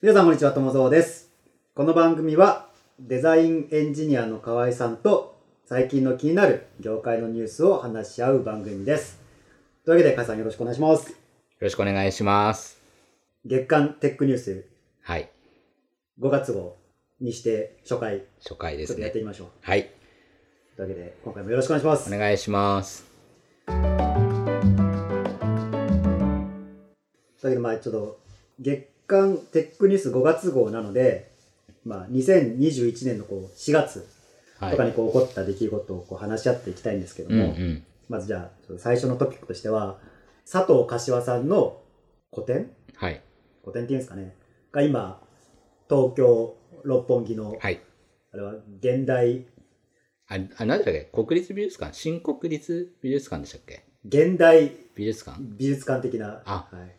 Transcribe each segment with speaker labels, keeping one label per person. Speaker 1: 皆さんこんにちは、ともぞうです。この番組はデザインエンジニアの河合さんと最近の気になる業界のニュースを話し合う番組です。というわけで、河合さんよろしくお願いします。
Speaker 2: よろしくお願いします。
Speaker 1: 月刊テックニュース
Speaker 2: はい。
Speaker 1: 5月号にして初回、
Speaker 2: 初回で
Speaker 1: ちょっ
Speaker 2: す
Speaker 1: とやっ
Speaker 2: ね
Speaker 1: て。いきましょう。
Speaker 2: はい。
Speaker 1: というわけで、今回もよろしくお願いしま
Speaker 2: お
Speaker 1: す。
Speaker 2: 願いします。
Speaker 1: というわけで、まあちょっと月刊テックニュース5月号なので、まあ2021年のこう4月
Speaker 2: はい
Speaker 1: とか。にこう起こった出来事をこう話し合っていきたいんですけど
Speaker 2: う
Speaker 1: も、
Speaker 2: んうん。
Speaker 1: まずじゃあ、ちょっと最初のトピックとしては、佐藤柏さんの個展
Speaker 2: はい。
Speaker 1: 個展っていうんですかね。が今、東京、六本木の、
Speaker 2: はい。
Speaker 1: あれは現代、
Speaker 2: あ、あなんだっけ国立美術館新国立美術館でしたっけ
Speaker 1: 現代
Speaker 2: 美術館
Speaker 1: 美術館的な、
Speaker 2: あ
Speaker 1: はい。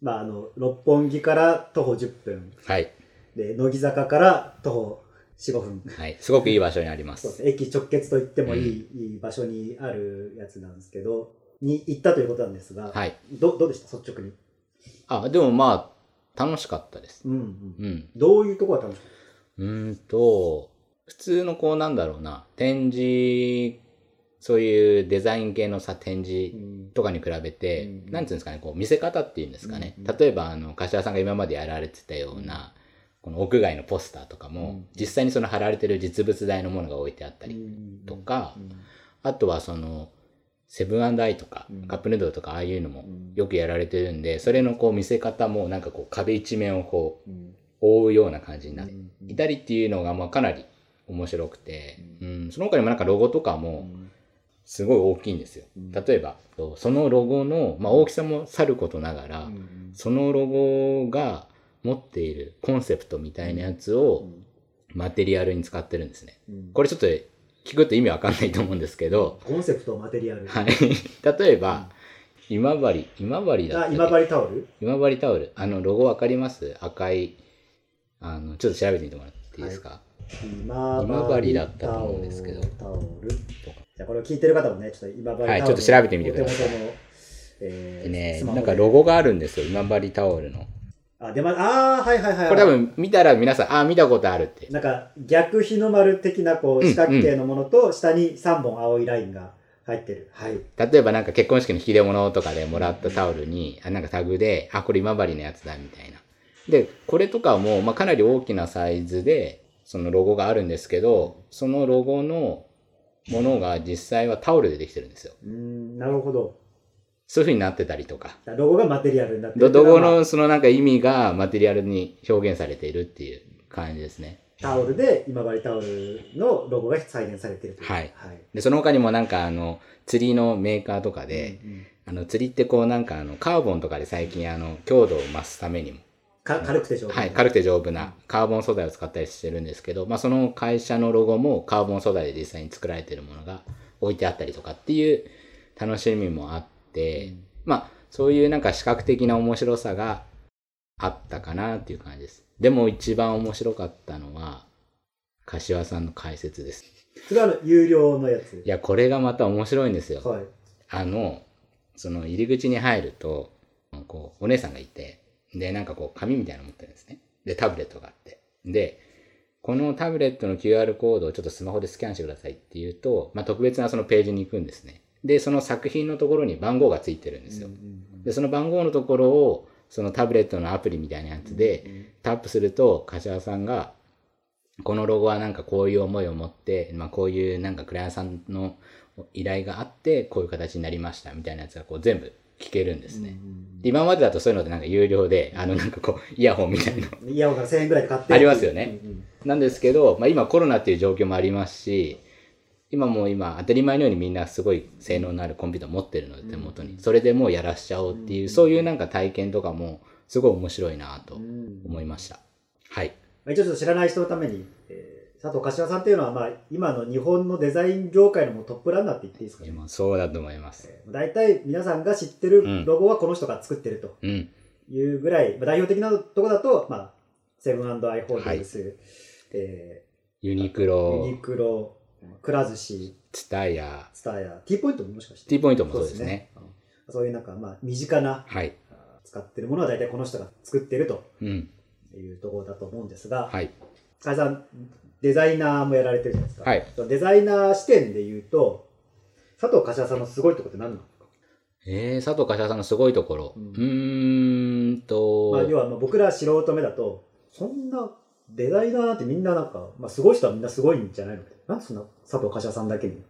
Speaker 1: まあ、あの、六本木から徒歩10分、
Speaker 2: はい。
Speaker 1: で、乃木坂から徒歩4、5分。
Speaker 2: はい。すごくいい場所にありま
Speaker 1: そうです
Speaker 2: す。
Speaker 1: ね駅直結と言ってもいい,、いい場所にあるやつなんですけど、に行ったということなんですが、
Speaker 2: はい。
Speaker 1: どどうでした率直に。
Speaker 2: あ、でもまあ、楽しかったです。
Speaker 1: うんうん。
Speaker 2: うん。
Speaker 1: どういうところが楽しかっ
Speaker 2: うーんと、普通のこうなんだろうな、展示、そういうデザイン系のさ、展示
Speaker 1: た、うん
Speaker 2: とかに比べて、
Speaker 1: うん
Speaker 2: なんていうんですかね、こう見せ方っていうんですかね、
Speaker 1: うんうん
Speaker 2: 例えばあの柏さんが今までやられてたような、この屋外のポスターとかも、
Speaker 1: うん
Speaker 2: 実際にその貼られてる実物大のものが置いてあったりとか、あとはそのセブンアイとか、
Speaker 1: うん
Speaker 2: カップヌードルとかああいうのも
Speaker 1: うん
Speaker 2: よくやられてるんで、それのこう見せ方もなんかこう壁一面をこう
Speaker 1: うん
Speaker 2: 覆うような感じになっ
Speaker 1: うん
Speaker 2: いたりっていうのがまあかなり面白くて、うん、その他にもなんかロゴとかも、すごい大きいんですよ。
Speaker 1: うん
Speaker 2: 例えば、そのロゴの、まあ、大きさもさることながら、そのロゴが持っているコンセプトみたいなやつをマテリアルに使ってるんですね。これちょっと聞くと意味わかんないと思うんですけど、
Speaker 1: コンセプトマテリアル、
Speaker 2: はい。例えば、今治、今治だ
Speaker 1: あ
Speaker 2: ったっけ
Speaker 1: 今治タオル
Speaker 2: 今治タオル。あの、ロゴわかります赤い、あの、ちょっと調べてみてもらっていいですか、
Speaker 1: 今
Speaker 2: 治だったと思うんですけど
Speaker 1: タオルじゃあこれを聞いてる方もねちょっと今治タオル、
Speaker 2: はいちょっと調べてみてください
Speaker 1: お手元の、え
Speaker 2: で
Speaker 1: ー
Speaker 2: ね、
Speaker 1: スマ
Speaker 2: な
Speaker 1: ホで
Speaker 2: んかロゴがあるんですよ。今治タオルの。
Speaker 1: あ出まあーはいはいはい
Speaker 2: これ多分見たら皆さん、あー、見たことあるって。
Speaker 1: なんか逆日の丸的なこう四角形のものと下に3本青いラインが入ってる、はい
Speaker 2: 例えばなんか結婚式の引き出物とかでもらったタオルに、あなんかタグで、あ、これ今治のやつだみたいな。で、これとかも、まあ、かなり大きなサイズで、そのロゴがあるんですけど、そのロゴのものが実際はタオルでできてるんですよ。
Speaker 1: うーんなるほど
Speaker 2: そういう風になってたりとか。
Speaker 1: だからロゴがマテリアルになってる
Speaker 2: ロ
Speaker 1: っていう
Speaker 2: ゴ
Speaker 1: はまあ
Speaker 2: のそのなんか意味がマテリアルに表現されているっていう感じですね。
Speaker 1: タオルで今治タオルのロゴが再現されてるという
Speaker 2: はい
Speaker 1: はい
Speaker 2: で、その他にもなんかあの、釣りのメーカーとかで、
Speaker 1: うんうん
Speaker 2: あの釣りってこうなんかあのカーボンとかで最近あの強度を増すためにも、
Speaker 1: か軽くて丈夫
Speaker 2: はい、軽くて丈夫なカーボン素材を使ったりしてるんですけど、まあ、その会社のロゴもカーボン素材で実際に作られてるものが置いてあったりとかっていう楽しみもあって、まあそういうなんか視覚的な面白さがあったかなっていう感じですでも一番面白かったのは柏さんの解説です
Speaker 1: それはあの有料のやつ
Speaker 2: いやこれがまた面白いんですよ
Speaker 1: はい
Speaker 2: あの、その入り口に入ると、こう、お姉さんがいて、で、なんかこう、紙みたいなの持ってるんですね。で、タブレットがあって。で、このタブレットの QR コードをちょっとスマホでスキャンしてくださいっていうと、まあ、特別なそのページに行くんですね。で、その作品のところに番号がついてるんですよ。で、その番号のところを、そのタブレットのアプリみたいなやつで、タップすると、柏さんが、このロゴはなんかこういう思いを持って、まあ、こういうなんかクライアントさんの依頼があってこういう形になりましたみたいなやつがこう全部聞けるんですね。で今までだとそういうのってなんか有料であのなんかこうイヤホンみたいなの
Speaker 1: イヤホンから1000円ぐらいで買って
Speaker 2: ありますよね
Speaker 1: うんうん
Speaker 2: なんですけど、まあ、今コロナっていう状況もありますし今もう今当たり前のようにみんなすごい性能のあるコンピューター持ってるので手元にそれでもうやらしちゃおうっていうそういうなんか体験とかもすごい面白いなと思いました。はい、
Speaker 1: まあ一応ちょっと知らない人のために、えー佐藤柏さんっていうのは、まあ、今の日本のデザイン業界のもうトップランナーって言っていいですかね
Speaker 2: まあそうだと思います。
Speaker 1: えー大体皆さんが知ってるロゴはこの人が作ってると
Speaker 2: うん、
Speaker 1: いうぐらい、まあ代表的なとこだと、まあ、セブンアイ・ホールディングス、え
Speaker 2: ユニク
Speaker 1: ーユ
Speaker 2: ロ
Speaker 1: ニ、クロ、くら寿司、
Speaker 2: ツタヤ、
Speaker 1: ツタヤ、T ポイントももしかして
Speaker 2: T ポイントもそうですね。
Speaker 1: そうですねうんそういうなんか、まあ、身近な
Speaker 2: はい、
Speaker 1: 使ってるものは大体この人が作ってると
Speaker 2: うん、
Speaker 1: いうろだと思うんですが、
Speaker 2: はい。
Speaker 1: 加谷さん、デザイナーもやられてるじゃないですか。
Speaker 2: はい
Speaker 1: そのデザイナー視点で言うと、佐藤柏さんのすごいとこって何なのか、
Speaker 2: えー、佐藤柏さんのすごいところ。
Speaker 1: う
Speaker 2: うんーんと、
Speaker 1: まあ、要はまあ僕ら素人目だと、そんなデザイナーなんてみんななんか、まあ、すごい人はみんなすごいんじゃないのなんでそんな佐藤柏さんだけに。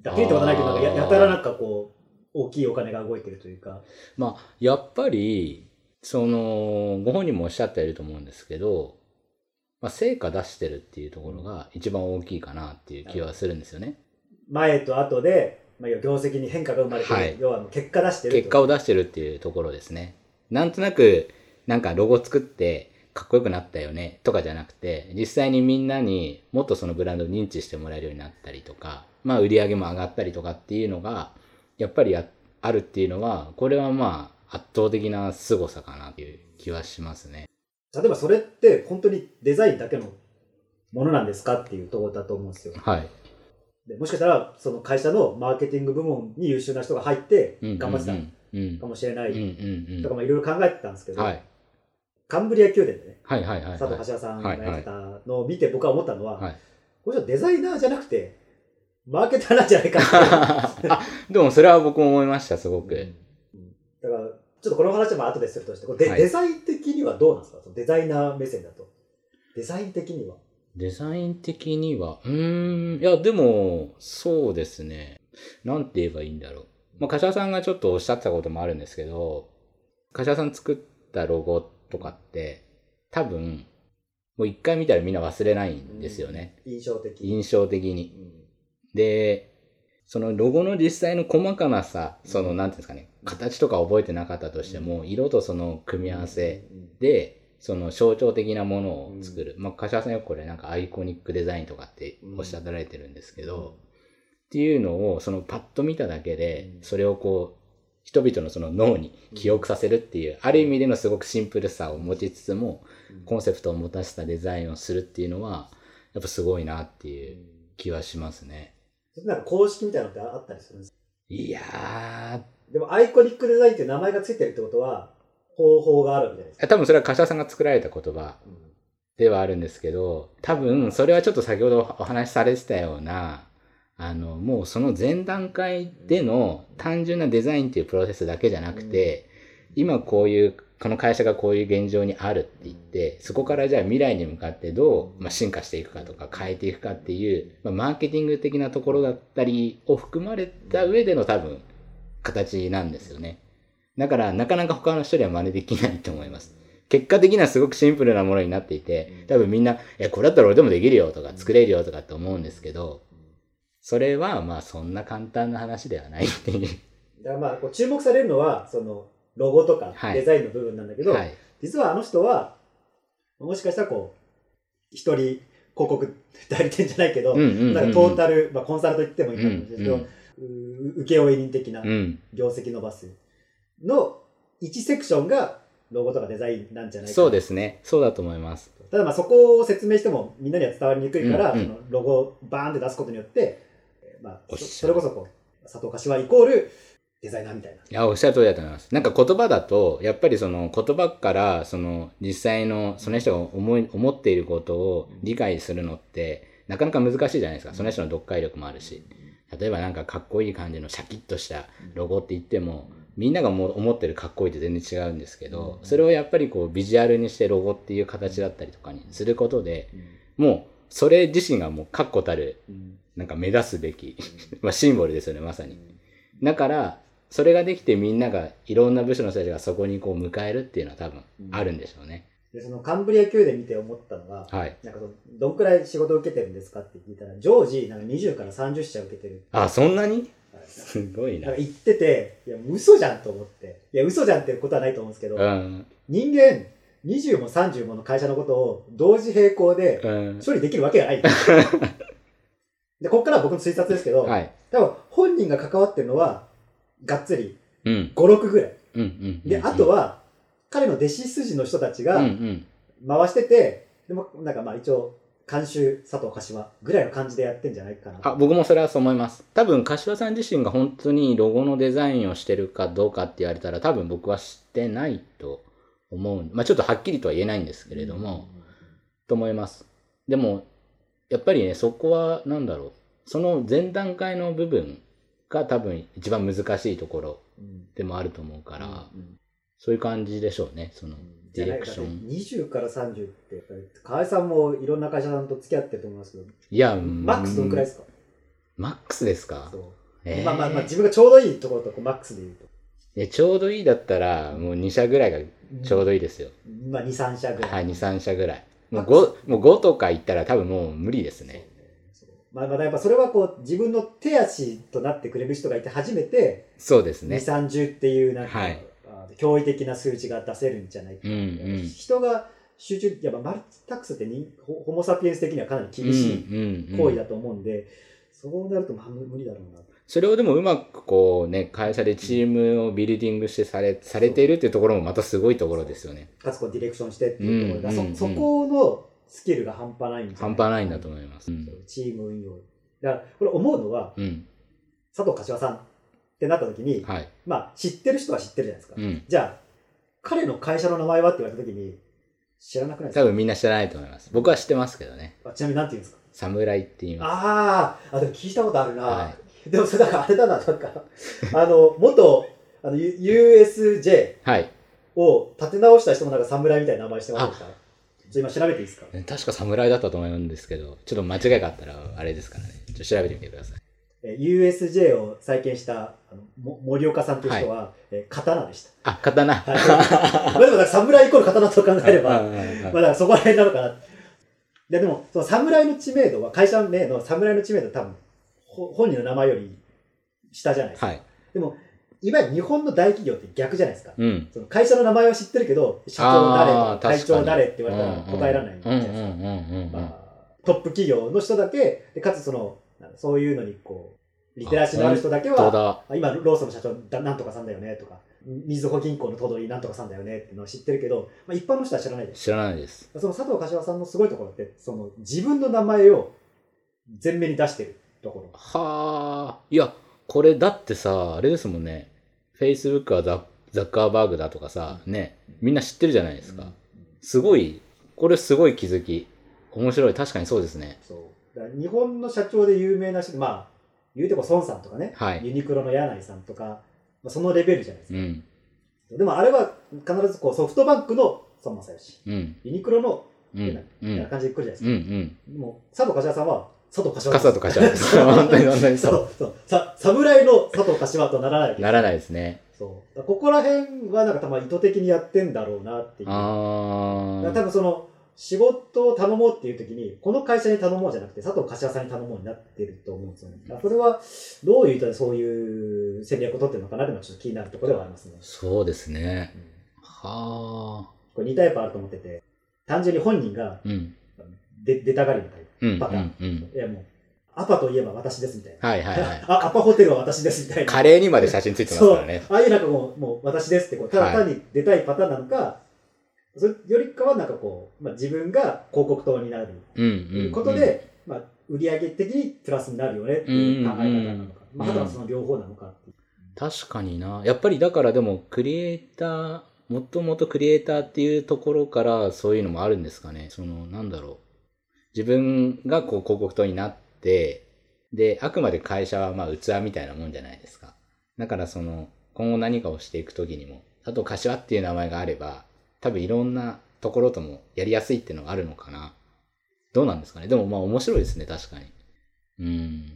Speaker 1: だけってことないけど、なんかや
Speaker 2: あー
Speaker 1: やたらなんかこう、大きいお金が動いてるというか。
Speaker 2: まあ、やっぱり、その、ご本人もおっしゃっていると思うんですけど、まあ、成果出してるっていうところが一番大きいかなっていう気はするんですよね。
Speaker 1: 前と後で、まあ、要は業績に変化が生まれてる、
Speaker 2: はい
Speaker 1: 要はあの結果出してる
Speaker 2: 結果
Speaker 1: を
Speaker 2: を出してるっていうところですね。なんとなく、なんかロゴ作って、かっこよくなったよねとかじゃなくて、実際にみんなにもっとそのブランドを認知してもらえるようになったりとか、まあ売り上げも上がったりとかっていうのが、やっぱりああるっていうのは、これはまあ圧倒的な凄さかなっていう気はしますね。
Speaker 1: 例えばそれって本当にデザインだけのものなんですかっていうところだと思うんですよ
Speaker 2: はい。
Speaker 1: でもしかしたらその会社のマーケティング部門に優秀な人が入って
Speaker 2: うん
Speaker 1: 頑張ってた
Speaker 2: うんうん
Speaker 1: かもしれない、
Speaker 2: うんうんうん
Speaker 1: とかまあいろいろ考えてたんですけど、
Speaker 2: はい
Speaker 1: カンブリア宮殿でね
Speaker 2: はいはいはい
Speaker 1: 佐藤
Speaker 2: は
Speaker 1: 橋田さんがやってたのを見て僕は思ったのは、
Speaker 2: いはい。
Speaker 1: これじゃデザイナーじゃなくてマーケターなんじゃないかって
Speaker 2: あ、でもそれは僕も思いました、すご
Speaker 1: う
Speaker 2: く
Speaker 1: ん。だからちょっとこの話はまあ後でするとしてこれデ,、
Speaker 2: はい
Speaker 1: デザイン的にはどうなんですかそのデザイナー目線だとデザイン的には
Speaker 2: デザイン的には、うーん、いや、でも、そうですね。なんて言えばいいんだろう。まあ、柏さんがちょっとおっしゃってたこともあるんですけど、柏さん作ったロゴとかって、多分、もう一回見たらみんな忘れないんですよね。
Speaker 1: うん印象的
Speaker 2: 印象的に。
Speaker 1: うん
Speaker 2: で、そのロゴの実際の細かなさ、その、なんていうんですかね、形とか覚えてなかったとしても、色とその組み合わせ
Speaker 1: うん
Speaker 2: で、その象徴的なものを作る。まあ、柏さんよくこれなんかアイコニックデザインとかっておっしゃられてるんですけど、っていうのを、そのパッと見ただけで
Speaker 1: う、ん
Speaker 2: それをこう、人々のその脳に記憶させるっていう、ある意味でのすごくシンプルさを持ちつつも、
Speaker 1: うん
Speaker 2: コンセプトを持たせたデザインをするっていうのは、やっぱすごいなっていう気はしますね。
Speaker 1: なんか公式みたいなのってあったりするんです
Speaker 2: いやー
Speaker 1: でもアイコニックデザインっていう名前がついてるってことは方法があるわけじゃないですか、
Speaker 2: 多分それは柏さんが作られた言葉
Speaker 1: うん
Speaker 2: ではあるんですけど、多分それはちょっと先ほどお話しされてたような、あの、もうその前段階での単純なデザインっていうプロセスだけじゃなくて、今こういう、この会社がこういう現状にあるって言って、そこからじゃあ未来に向かってどう、まあ、進化していくかとか変えていくかっていう、まあ、マーケティング的なところだったりを含まれた上での多分形なんですよね。だから、なかなか他の人には真似できないと思います。結果的にはすごくシンプルなものになっていて、多分みんな、え、これだったら俺でもできるよとか、作れるよとかって思うんですけど、それはまあそんな簡単な話ではないっていう。
Speaker 1: だからまあこう注目されるのはそのロゴとか
Speaker 2: はい
Speaker 1: デザインの部分なんだけど、
Speaker 2: はい。
Speaker 1: 実はあの人はもしかしたらこう一人広告代理店じゃないけど、
Speaker 2: うんうんうんうん
Speaker 1: なんかトータル、まあ、コンサルと言ってもいいか
Speaker 2: う
Speaker 1: もしれないですけど、
Speaker 2: ん
Speaker 1: う請負人的な
Speaker 2: うん。うん。
Speaker 1: 業績伸ばすの1セクションがロゴとかデザインなんじゃないか
Speaker 2: そうですね。そうだと思います。
Speaker 1: ただまあそこを説明してもみんなには伝わりにくいから、
Speaker 2: うんうん
Speaker 1: そのロゴをバーンって出すことによって、えーま
Speaker 2: お
Speaker 1: あ、
Speaker 2: っしゃ
Speaker 1: そそれ
Speaker 2: る
Speaker 1: こそこう佐藤柏イコールデザイナーみたいな。
Speaker 2: いや、おっしゃる通りだと思います。なんか言葉だと、やっぱりその言葉から、その実際のその人が思い、思っていることを理解するのって、なかなか難しいじゃないですか。その人の読解力もあるし。例えばなんかかっこいい感じのシャキッとしたロゴって言っても、みんながもう思ってるかっこいいって全然違うんですけど、それをやっぱりこうビジュアルにしてロゴっていう形だったりとかにすることで、もうそれ自身がもう確固たるなんか目指すべき、 まあシンボルですよね、まさに。だから、それができてみんなが、いろんな部署の人たちがそこにこう迎えるっていうのは多分あるんでしょうね。
Speaker 1: でそのカンブリア宮殿見て思ったのが、
Speaker 2: はい。
Speaker 1: なんかそのどんくらい仕事を受けてるんですかって聞いたら常時なんか20から30社受けてる
Speaker 2: あ、そんなに
Speaker 1: はい
Speaker 2: すごい
Speaker 1: な
Speaker 2: なん
Speaker 1: か。言ってていや嘘じゃんと思っていや嘘じゃんってことはないと思うんですけど、
Speaker 2: うん。
Speaker 1: 人間20も30もの会社のことを同時並行で
Speaker 2: うん。
Speaker 1: 処理できるわけがない んですよでここからは僕の推察ですけど、
Speaker 2: はい。
Speaker 1: 多分本人が関わってるのはがっつり
Speaker 2: うん。
Speaker 1: 56ぐらい
Speaker 2: うん。うん。
Speaker 1: で、あと
Speaker 2: は、
Speaker 1: は彼の弟子筋の人たちが
Speaker 2: うん。うん。
Speaker 1: 回してて、でもなんかまあ一応監修佐藤柏ぐらいの感じでやってんじゃないかな
Speaker 2: あ、僕もそれはそう思います。多分、柏さん自身が本当にロゴのデザインをしてるかどうかって言われたら、多分僕はしてないと思う。まあちょっとはっきりとは言えないんですけれども、
Speaker 1: うん
Speaker 2: と思います。でも、やっぱりね、そこは、なんだろう。その前段階の部分が多分一番難しいところ
Speaker 1: うん
Speaker 2: でもあると思うから、
Speaker 1: うん
Speaker 2: そういう感じでしょうね、そのディレクション。
Speaker 1: 20から30って、やっぱり河合さんもいろんな会社さんと付き合ってると思いますけど、
Speaker 2: いや、
Speaker 1: マックスどのくらい
Speaker 2: で
Speaker 1: ですすか、
Speaker 2: マックスですか
Speaker 1: そう
Speaker 2: えー
Speaker 1: まあまあまあ、自分がちょうどいいところとこうマックスで言うと。
Speaker 2: えちょうどいいだったら、もう2社ぐらいがちょうどいいですよ。
Speaker 1: まあ、2、3社ぐらい。
Speaker 2: はい、2、3社ぐらい。も
Speaker 1: マ
Speaker 2: う
Speaker 1: ック
Speaker 2: 5, もう5とかいったら多分もう無理ですね。
Speaker 1: そうまあ、まあやっぱそれはこう自分の手足となってくれる人がいて初めて
Speaker 2: そうです
Speaker 1: 2、
Speaker 2: ね。
Speaker 1: 30っていうなんか、
Speaker 2: はい
Speaker 1: あの驚異的な数字が出せるんじゃないか、
Speaker 2: うんうん。
Speaker 1: 人が集中やっぱマルチタックスって人ホホモ・サピエンス的にはかなり厳し
Speaker 2: い
Speaker 1: い行為だと思うんで、そうなるとまあ無理だろうな
Speaker 2: それをでもうまくこうね、会社でチームをビルディングしてされされているっていうところもまたすごいところですよね。
Speaker 1: かつこうディレクションしてっていうところが、
Speaker 2: うんうんうん
Speaker 1: そそこのスキルが半端ないんじゃ
Speaker 2: 半端ないんだと思います。うん
Speaker 1: そうチーム運用だからこれ思うのは
Speaker 2: うん。
Speaker 1: 佐藤柏さんってなった時に、
Speaker 2: はい。
Speaker 1: まあ知ってる人は知ってるじゃないですか、
Speaker 2: うん。
Speaker 1: じゃあ、彼の会社の名前はって言われたときに、知らなくないです
Speaker 2: 多分みんな知らないと思います。僕は知ってますけどね。
Speaker 1: かあちなみになんて言うんですか
Speaker 2: 侍って言いま
Speaker 1: あーあ、でも聞いたことあるな。
Speaker 2: は
Speaker 1: でもそれだからあれだな、なんか、あの、元、あの、U- USJ
Speaker 2: す。はい。
Speaker 1: を立て直した人もなんか侍みたいな名前してませんでしたちょっと今調べていいですか
Speaker 2: 確か侍だったと思うんですけど、ちょっと間違いがあったらあれですからね。ちょっと調べてみてください。
Speaker 1: え ?USJ を再建したあのも森岡さんという人は、え刀でし
Speaker 2: あ、刀。
Speaker 1: た。はい、まあでもなんか侍イコール刀と考えれば、
Speaker 2: うんうんうん
Speaker 1: まあ、だからそこら辺なのかな。ででも、その侍の知名度は、会社名の侍の知名度は多分、ほ本人の名前より下じゃないですか。
Speaker 2: はい。
Speaker 1: でも、いわゆる日本の大企業って逆じゃないですか。
Speaker 2: うん。
Speaker 1: その会社の名前は知ってるけど、社長誰
Speaker 2: あー
Speaker 1: とか会
Speaker 2: 確か
Speaker 1: 長
Speaker 2: に
Speaker 1: 誰って言われたら答えられないみ
Speaker 2: う
Speaker 1: た
Speaker 2: んう
Speaker 1: いな
Speaker 2: んうんうんうんう
Speaker 1: ま
Speaker 2: ん。
Speaker 1: あトップ企業の人だけ、でかつその、なんかそういうのにこう、リテラシーのある人だけ
Speaker 2: 本当
Speaker 1: は、
Speaker 2: だ。
Speaker 1: あ今、ローソンの社長だ、なんとかさんだよねとか、みずほ銀行の頭取なんとかさんだよねっていうのは知ってるけど、まあ、一般の人は知らないです
Speaker 2: 知らないです。
Speaker 1: その佐藤柏さんのすごいところって、その自分の名前を前面に出してるところ。
Speaker 2: はあ、いや、これだってさ、あれですもんね。Facebook はザザッカーバーグだとかさ、ね、みんな知ってるじゃないですか。すごい、これすごい気づき。面白い、確かにそうですね。
Speaker 1: そう。だから日本の社長で有名な人、まあ、言うても孫さんとかね、
Speaker 2: はい
Speaker 1: ユニクロの柳井さんとか、まあ、そのレベルじゃないです
Speaker 2: う
Speaker 1: か。
Speaker 2: ん、
Speaker 1: でもあれは必ずこうソフトバンクの孫正義、
Speaker 2: うん、
Speaker 1: ユニクロの
Speaker 2: うん、う
Speaker 1: み
Speaker 2: ん
Speaker 1: たい、な感じで来るじゃないです
Speaker 2: うん、う
Speaker 1: か。
Speaker 2: ん。
Speaker 1: もう佐藤柏さんは佐藤柏
Speaker 2: カサとかじゃないです。本当に本当に
Speaker 1: そ
Speaker 2: そう
Speaker 1: そうさ侍の佐藤柏とならないわけ
Speaker 2: う。
Speaker 1: です
Speaker 2: ならないですね。
Speaker 1: そうだからここら辺はなんかたまに意図的にやってんだろうなっていう
Speaker 2: あ
Speaker 1: だから多
Speaker 2: あ、
Speaker 1: 分その仕事を頼もうっていう時にこの会社に頼もうじゃなくて佐藤柏さんに頼もうになってると思うんですよね。だからそれはどういう意図でそういう戦略を取ってるのかなっていうのはちょっと気になるところではありますね。
Speaker 2: そうですね
Speaker 1: う。ん
Speaker 2: はあ、
Speaker 1: これ2タイプあると思ってて単純に本人が
Speaker 2: うん、
Speaker 1: 出出たがりのタイ
Speaker 2: うん、う
Speaker 1: プパターン
Speaker 2: ん、。うん。
Speaker 1: いやもうアパといえば私ですみたいな。
Speaker 2: はいはいはい。
Speaker 1: あアパホテルは私ですみたいな。
Speaker 2: カレーにまで写真ついてます
Speaker 1: そ
Speaker 2: か
Speaker 1: う
Speaker 2: らね。
Speaker 1: ああいうなんかもうもう私ですってこうただ単に出たいパターンなのか、それよりかはなんかこう、まあ、自分が広告塔になる
Speaker 2: うん、
Speaker 1: と
Speaker 2: うん。
Speaker 1: いうことで、まあ、売上的にプラスになるよねっていう考え方なのか、
Speaker 2: うん
Speaker 1: まあ、あとはその両方なのかっていう。
Speaker 2: 確かにな。やっぱりだからでも、クリエイター、もともとクリエイターっていうところからそういうのもあるんですかね。その、なんだろう。自分がこう広告塔になって、で、あくまで会社はまあ器みたいなもんじゃないですか。だからその、今後何かをしていくときにも、あと柏っていう名前があれば、多分いろんなところともやりやすいっていうのがあるのかな。どうなんですかね。でもまあ面白いですね、確かに。うん。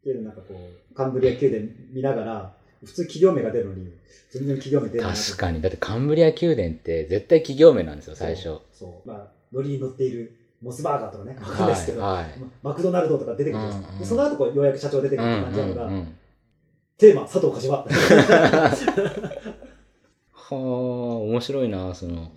Speaker 1: っていうのをなんかこう、カンブリア宮殿見ながら、普通企業名が出るのに、全然企業名出ないな。
Speaker 2: 確かに。だってカンブリア宮殿って絶対企業名なんですよ、
Speaker 1: そう
Speaker 2: 最初。。
Speaker 1: そう。まあ、ノリに乗っているモスバーガーとかね、わかんないですけど、
Speaker 2: はいはい
Speaker 1: まマクドナルドとか出てくるじゃないですか。
Speaker 2: うんうん
Speaker 1: でその後こう、ようやく社長出て
Speaker 2: う
Speaker 1: く
Speaker 2: ん
Speaker 1: るって感じなのが、
Speaker 2: うん
Speaker 1: テーマ、佐藤柏。
Speaker 2: はあ、面白いな、その。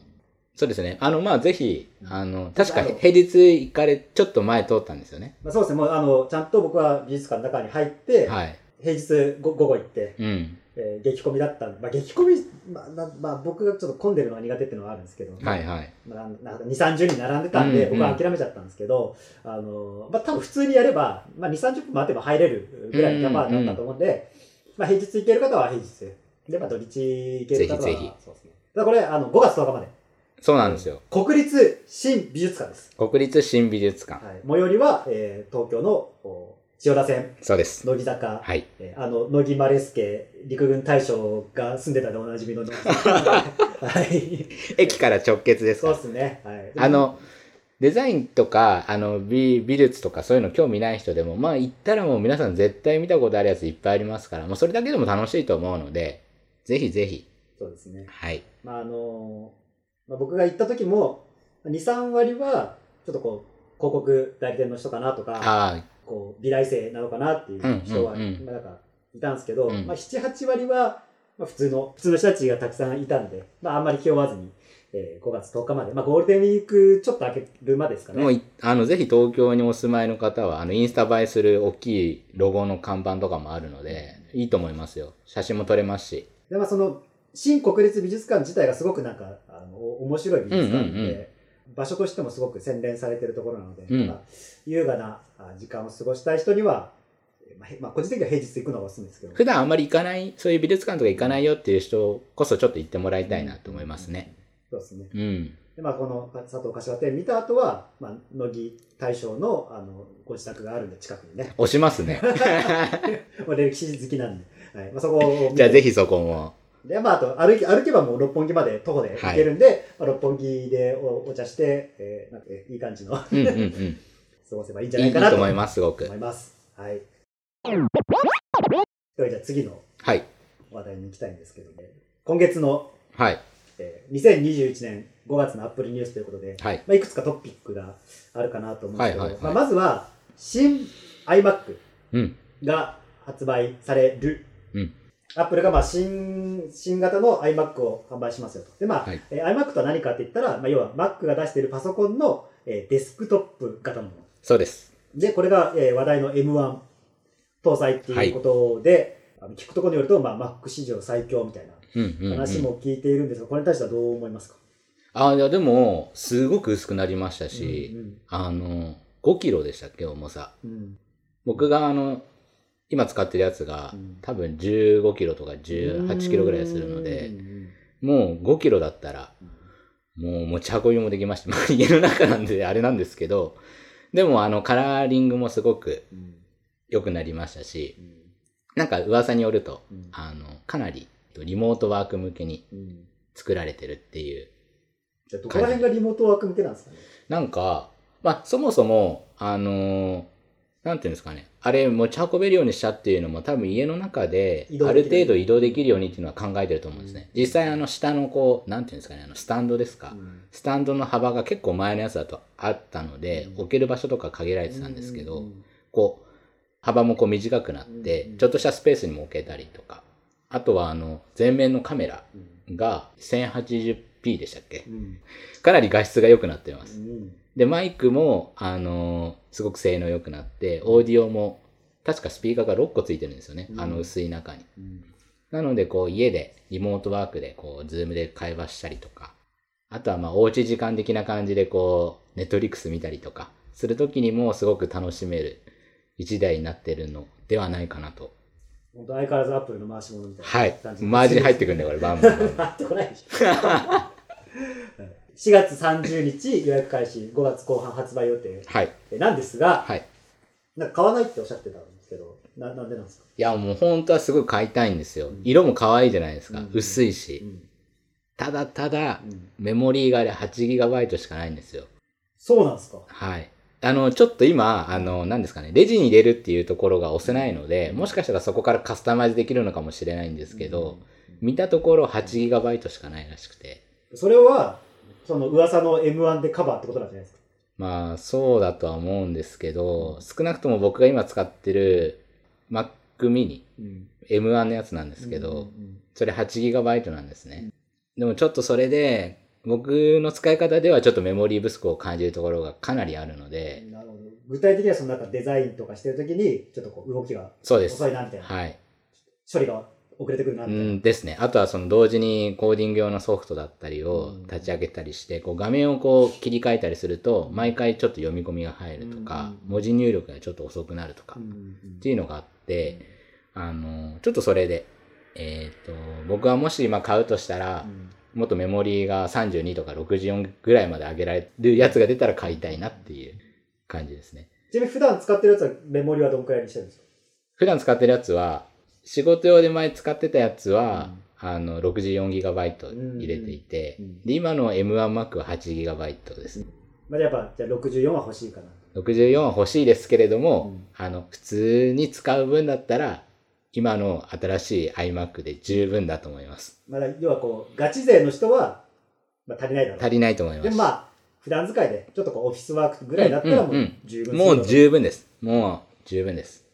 Speaker 2: そうですね。あの、まあ、ぜひ、あの、確か
Speaker 1: あの
Speaker 2: 平日行かれ、ちょっと前通ったんですよね。
Speaker 1: まあ、そうですね、もうあの、ちゃんと僕は美術館の中に入って、
Speaker 2: はい。
Speaker 1: 平日ご午後行って、
Speaker 2: うん。
Speaker 1: えー激混みだったんまあ、激混み、まあなまあ、僕がちょっと混んでるのが苦手っていうのはあるんですけど、
Speaker 2: はいはい。
Speaker 1: まあ、なんか2、30人並んでたんで、
Speaker 2: うんうん
Speaker 1: 僕は諦めちゃったんですけど、あのまあ、多分普通にやれば、まあ、2、30分待てば入れるぐらいのキャパだったと思うんで、まあ、平日行ける方は平日で、まあ、土日行ける方は
Speaker 2: ぜひぜひ
Speaker 1: そうですね。ただこれあの5月10日まで
Speaker 2: そうなんですよ。
Speaker 1: 国立新美術館です。
Speaker 2: 国立新美術館。
Speaker 1: はい、最寄りは、えー東京のお千代田線、
Speaker 2: そうです。
Speaker 1: 乃木坂、
Speaker 2: はい。
Speaker 1: えーあの、乃木マレスケ、陸軍大将が住んでたでおなじみの乃木 坂。はい。
Speaker 2: 駅から直結です
Speaker 1: そ
Speaker 2: か
Speaker 1: う
Speaker 2: ら
Speaker 1: ですね。はい。
Speaker 2: あ、の、デザインとか、あの、美、美術とかそういうの興味ない人でも、まあ行ったらもう皆さん絶対見たことあるやついっぱいありますから、もうそれだけでも楽しいと思うので、ぜひぜひ、
Speaker 1: そうですね。
Speaker 2: はい。
Speaker 1: まあ、あのまあ、僕が行った時も、2、3割は、ちょっとこう、広告代理店の人かなとか、
Speaker 2: あ
Speaker 1: こう、美大生なのかなっていう人は、
Speaker 2: うんうんうん
Speaker 1: まあなんか、いたんですけど、
Speaker 2: うん
Speaker 1: まあ、7、8割は、まあ、普通の、普通の人たちがたくさんいたんで、まあ、あんまり気負わずに、えー5月10日まで、まあ、ゴールデンウィークちょっと明けるまでですか
Speaker 2: あ、
Speaker 1: ね。
Speaker 2: もうい、あの、ぜひ東京にお住まいの方は、あの、インスタ映えする大きいロゴの看板とかもあるので、いいと思いますよ。写真も撮れますし。
Speaker 1: でまあその新国立美術館自体がすごくなんかあのお面白い美術館で、
Speaker 2: うんうんうん
Speaker 1: 場所としてもすごく洗練されてるところなので、
Speaker 2: うん
Speaker 1: まあ優雅なあ時間を過ごしたい人には、えまあへまあ、個人的には平日行くのがおすすめですけど
Speaker 2: 普段あんまり行かない、そういう美術館とか行かないよっていう人こそちょっと行ってもらいたいなと思いますね。
Speaker 1: そうですね
Speaker 2: うん。
Speaker 1: で、まあ、この佐藤柏店見た後は、まあ、乃木大将のあのご自宅があるんで近くにね
Speaker 2: 押しますね。
Speaker 1: まあ歴史好きなんで、はいまあ、そこを
Speaker 2: じゃあぜ
Speaker 1: ひ
Speaker 2: ひそこも。
Speaker 1: で、まあ、あと歩き歩けばもう六本木まで徒歩で行けるんで、まあ、六本木でおお茶して、えーなんかえいい感じの
Speaker 2: うんうんうん。
Speaker 1: 過ごせばいいんじゃ
Speaker 2: いい
Speaker 1: ないいかないと思
Speaker 2: と思
Speaker 1: い
Speaker 2: い
Speaker 1: ます。
Speaker 2: ます、すごく。
Speaker 1: はい。ではじゃあ次の
Speaker 2: はい。
Speaker 1: 話題に行きたいんですけども、今月の、
Speaker 2: はい。
Speaker 1: えー2021年5月のアップルニュースということで、
Speaker 2: はい。
Speaker 1: まあ、いくつかトピックがあるかなと思うんですけど、
Speaker 2: はいはいはい
Speaker 1: まあ、まずは新 iMac
Speaker 2: うん。
Speaker 1: が発売される。
Speaker 2: うん
Speaker 1: アップルがまあ新新型の iMac を販売しますよと。で、まあ、
Speaker 2: はい
Speaker 1: えー iMac とは何かって言ったら、まあ、要は Mac が出しているパソコンの、えーデスクトップ型のもの。
Speaker 2: そうです。
Speaker 1: で、これが、えー話題の M1 搭載っていうことで、あの聞くところによると、まあ、Mac 史上最強みたいな
Speaker 2: うんうん、うん。
Speaker 1: 話も聞いているんですが、これに対してはどう思いますか
Speaker 2: あ、いや、でも、すごく薄くなりましたし、
Speaker 1: うん
Speaker 2: あの、5キロでしたっけ、重さ。
Speaker 1: うんうん
Speaker 2: 僕が、あの、今使ってるやつが、
Speaker 1: うん
Speaker 2: 多分15キロとか18キロぐらいするので、
Speaker 1: うん
Speaker 2: もう5キロだったら、もう持ち運びもできました。ま あ、家の中なんであれなんですけど、でも、あの、カラーリングもすごく
Speaker 1: うん
Speaker 2: 良くなりましたし、
Speaker 1: うん
Speaker 2: なんか噂によると、
Speaker 1: うん
Speaker 2: あの、かなりリモートワーク向けに
Speaker 1: うん
Speaker 2: 作られてるっていう。
Speaker 1: じゃあどこら辺がリモートワーク向けなんですかね
Speaker 2: なんか、まあ、そもそも、あのーなんていうんですかね、あれ持ち運べるようにしたっていうのも多分家の中で
Speaker 1: 移動
Speaker 2: あ
Speaker 1: でき
Speaker 2: る
Speaker 1: る
Speaker 2: 程度移動できるようにっていうのは考えてると思うんですね。
Speaker 1: うん
Speaker 2: 実際あの下のこう、なんていうんですかね、あのスタンドです
Speaker 1: う
Speaker 2: か。
Speaker 1: ん
Speaker 2: スタンドの幅が結構前のやつだとあったので、
Speaker 1: うん
Speaker 2: 置ける場所とか限られてたんですけど、
Speaker 1: うん
Speaker 2: こう、幅もこう短くなって、
Speaker 1: うん
Speaker 2: ちょっとしたスペースにも置けたりとか、あとはあの、前面のカメラ
Speaker 1: うん
Speaker 2: が 1080p でしたっけ
Speaker 1: うん
Speaker 2: かなり画質が良くなってます。
Speaker 1: うん
Speaker 2: で、マイクも、あのーすごく性能良くなって、オーディオも、確かスピーカーが6個ついてるんですよね。
Speaker 1: うん
Speaker 2: あの薄い中に。
Speaker 1: うん
Speaker 2: なので、こう、家で、リモートワークで、こう、ズームで会話したりとか、あとは、まあ、おうち時間的な感じで、こう、ネットフリックス見たりとか、するときにも、すごく楽しめる一台になってるのではないかなと。
Speaker 1: 本当相変わらずアップルの回し物みた
Speaker 2: はいい
Speaker 1: な感。じ
Speaker 2: マージン入ってくるんだよ、これ、バンバンバンバ
Speaker 1: 入
Speaker 2: ン。
Speaker 1: ってこないでしょはい4月30日予約開始5月後半発売予定
Speaker 2: はい。
Speaker 1: なんですが、
Speaker 2: はい。
Speaker 1: なんか買わないっておっしゃってたんですけど、ななんでなんですか、
Speaker 2: いや、もう本当はすごく買いたいんですよ。色も可愛いじゃないですか。
Speaker 1: うん
Speaker 2: 薄いうし。
Speaker 1: ん
Speaker 2: ただただ
Speaker 1: う、ん
Speaker 2: メモリーがあれ 8GB しかないんですよ。
Speaker 1: そうなんですか
Speaker 2: はい。あの、ちょっと今、あの、何ですかね、レジに入れるっていうところが押せないので、もしかしたらそこからカスタマイズできるのかもしれないんですけど、見たところ 8GB しかないらしくて。
Speaker 1: それは、その噂の M1 でカバーってことなんじゃないですか
Speaker 2: まあ、そうだとは思うんですけど、少なくとも僕が今使ってる Mac mini、M1 のやつなんですけど、それ 8GB なんですね。でもちょっとそれで、僕の使い方ではちょっとメモリー不足を感じるところがかなりあるので、
Speaker 1: なるほど具体的にはそのなんかデザインとかしてるときに、ちょっとこう動きが
Speaker 2: そうです。
Speaker 1: 遅いなみたいな、
Speaker 2: はい。
Speaker 1: 処理が遅れてくるな
Speaker 2: う
Speaker 1: みたいな。
Speaker 2: んですね。あとはその同時にコーディング用のソフトだったりを立ち上げたりして、こう画面をこう切り替えたりすると、毎回ちょっと読み込みが入るとか、
Speaker 1: うん
Speaker 2: 文字入力がちょっと遅くなるとか、
Speaker 1: うん
Speaker 2: っ
Speaker 1: うん
Speaker 2: ていうのがあって、あの、ちょっとそれで、えっ、と、僕はもし今買うとしたら
Speaker 1: う、ん
Speaker 2: もっとメモリーが32とか64ぐらいまで上げられるやつが出たら買いたいなっていう感じですね。
Speaker 1: ちなみに普段使ってるやつはメモリはどんくらいにしてるんですか
Speaker 2: 普段使ってるやつは、仕事用で前使ってたやつは、あの、64GB 入れていて、
Speaker 1: うんうん
Speaker 2: で、今の M1Mac は 8GB ですね。
Speaker 1: まあ、やっぱ、じゃあ64は欲しいかな。
Speaker 2: 64は欲しいですけれども、
Speaker 1: うん
Speaker 2: あの、普通に使う分だったら、今の新しい iMac で十分だと思います。
Speaker 1: まだ、要はこう、ガチ勢の人は、まあ、足りないだろ。
Speaker 2: 足りないと思いうま。
Speaker 1: ですもまあ、普段使いで、ちょっとこう、オフィスワークぐらいだったらも
Speaker 2: うんう
Speaker 1: うん十分する
Speaker 2: も
Speaker 1: だろ
Speaker 2: う十分です。もう十分です。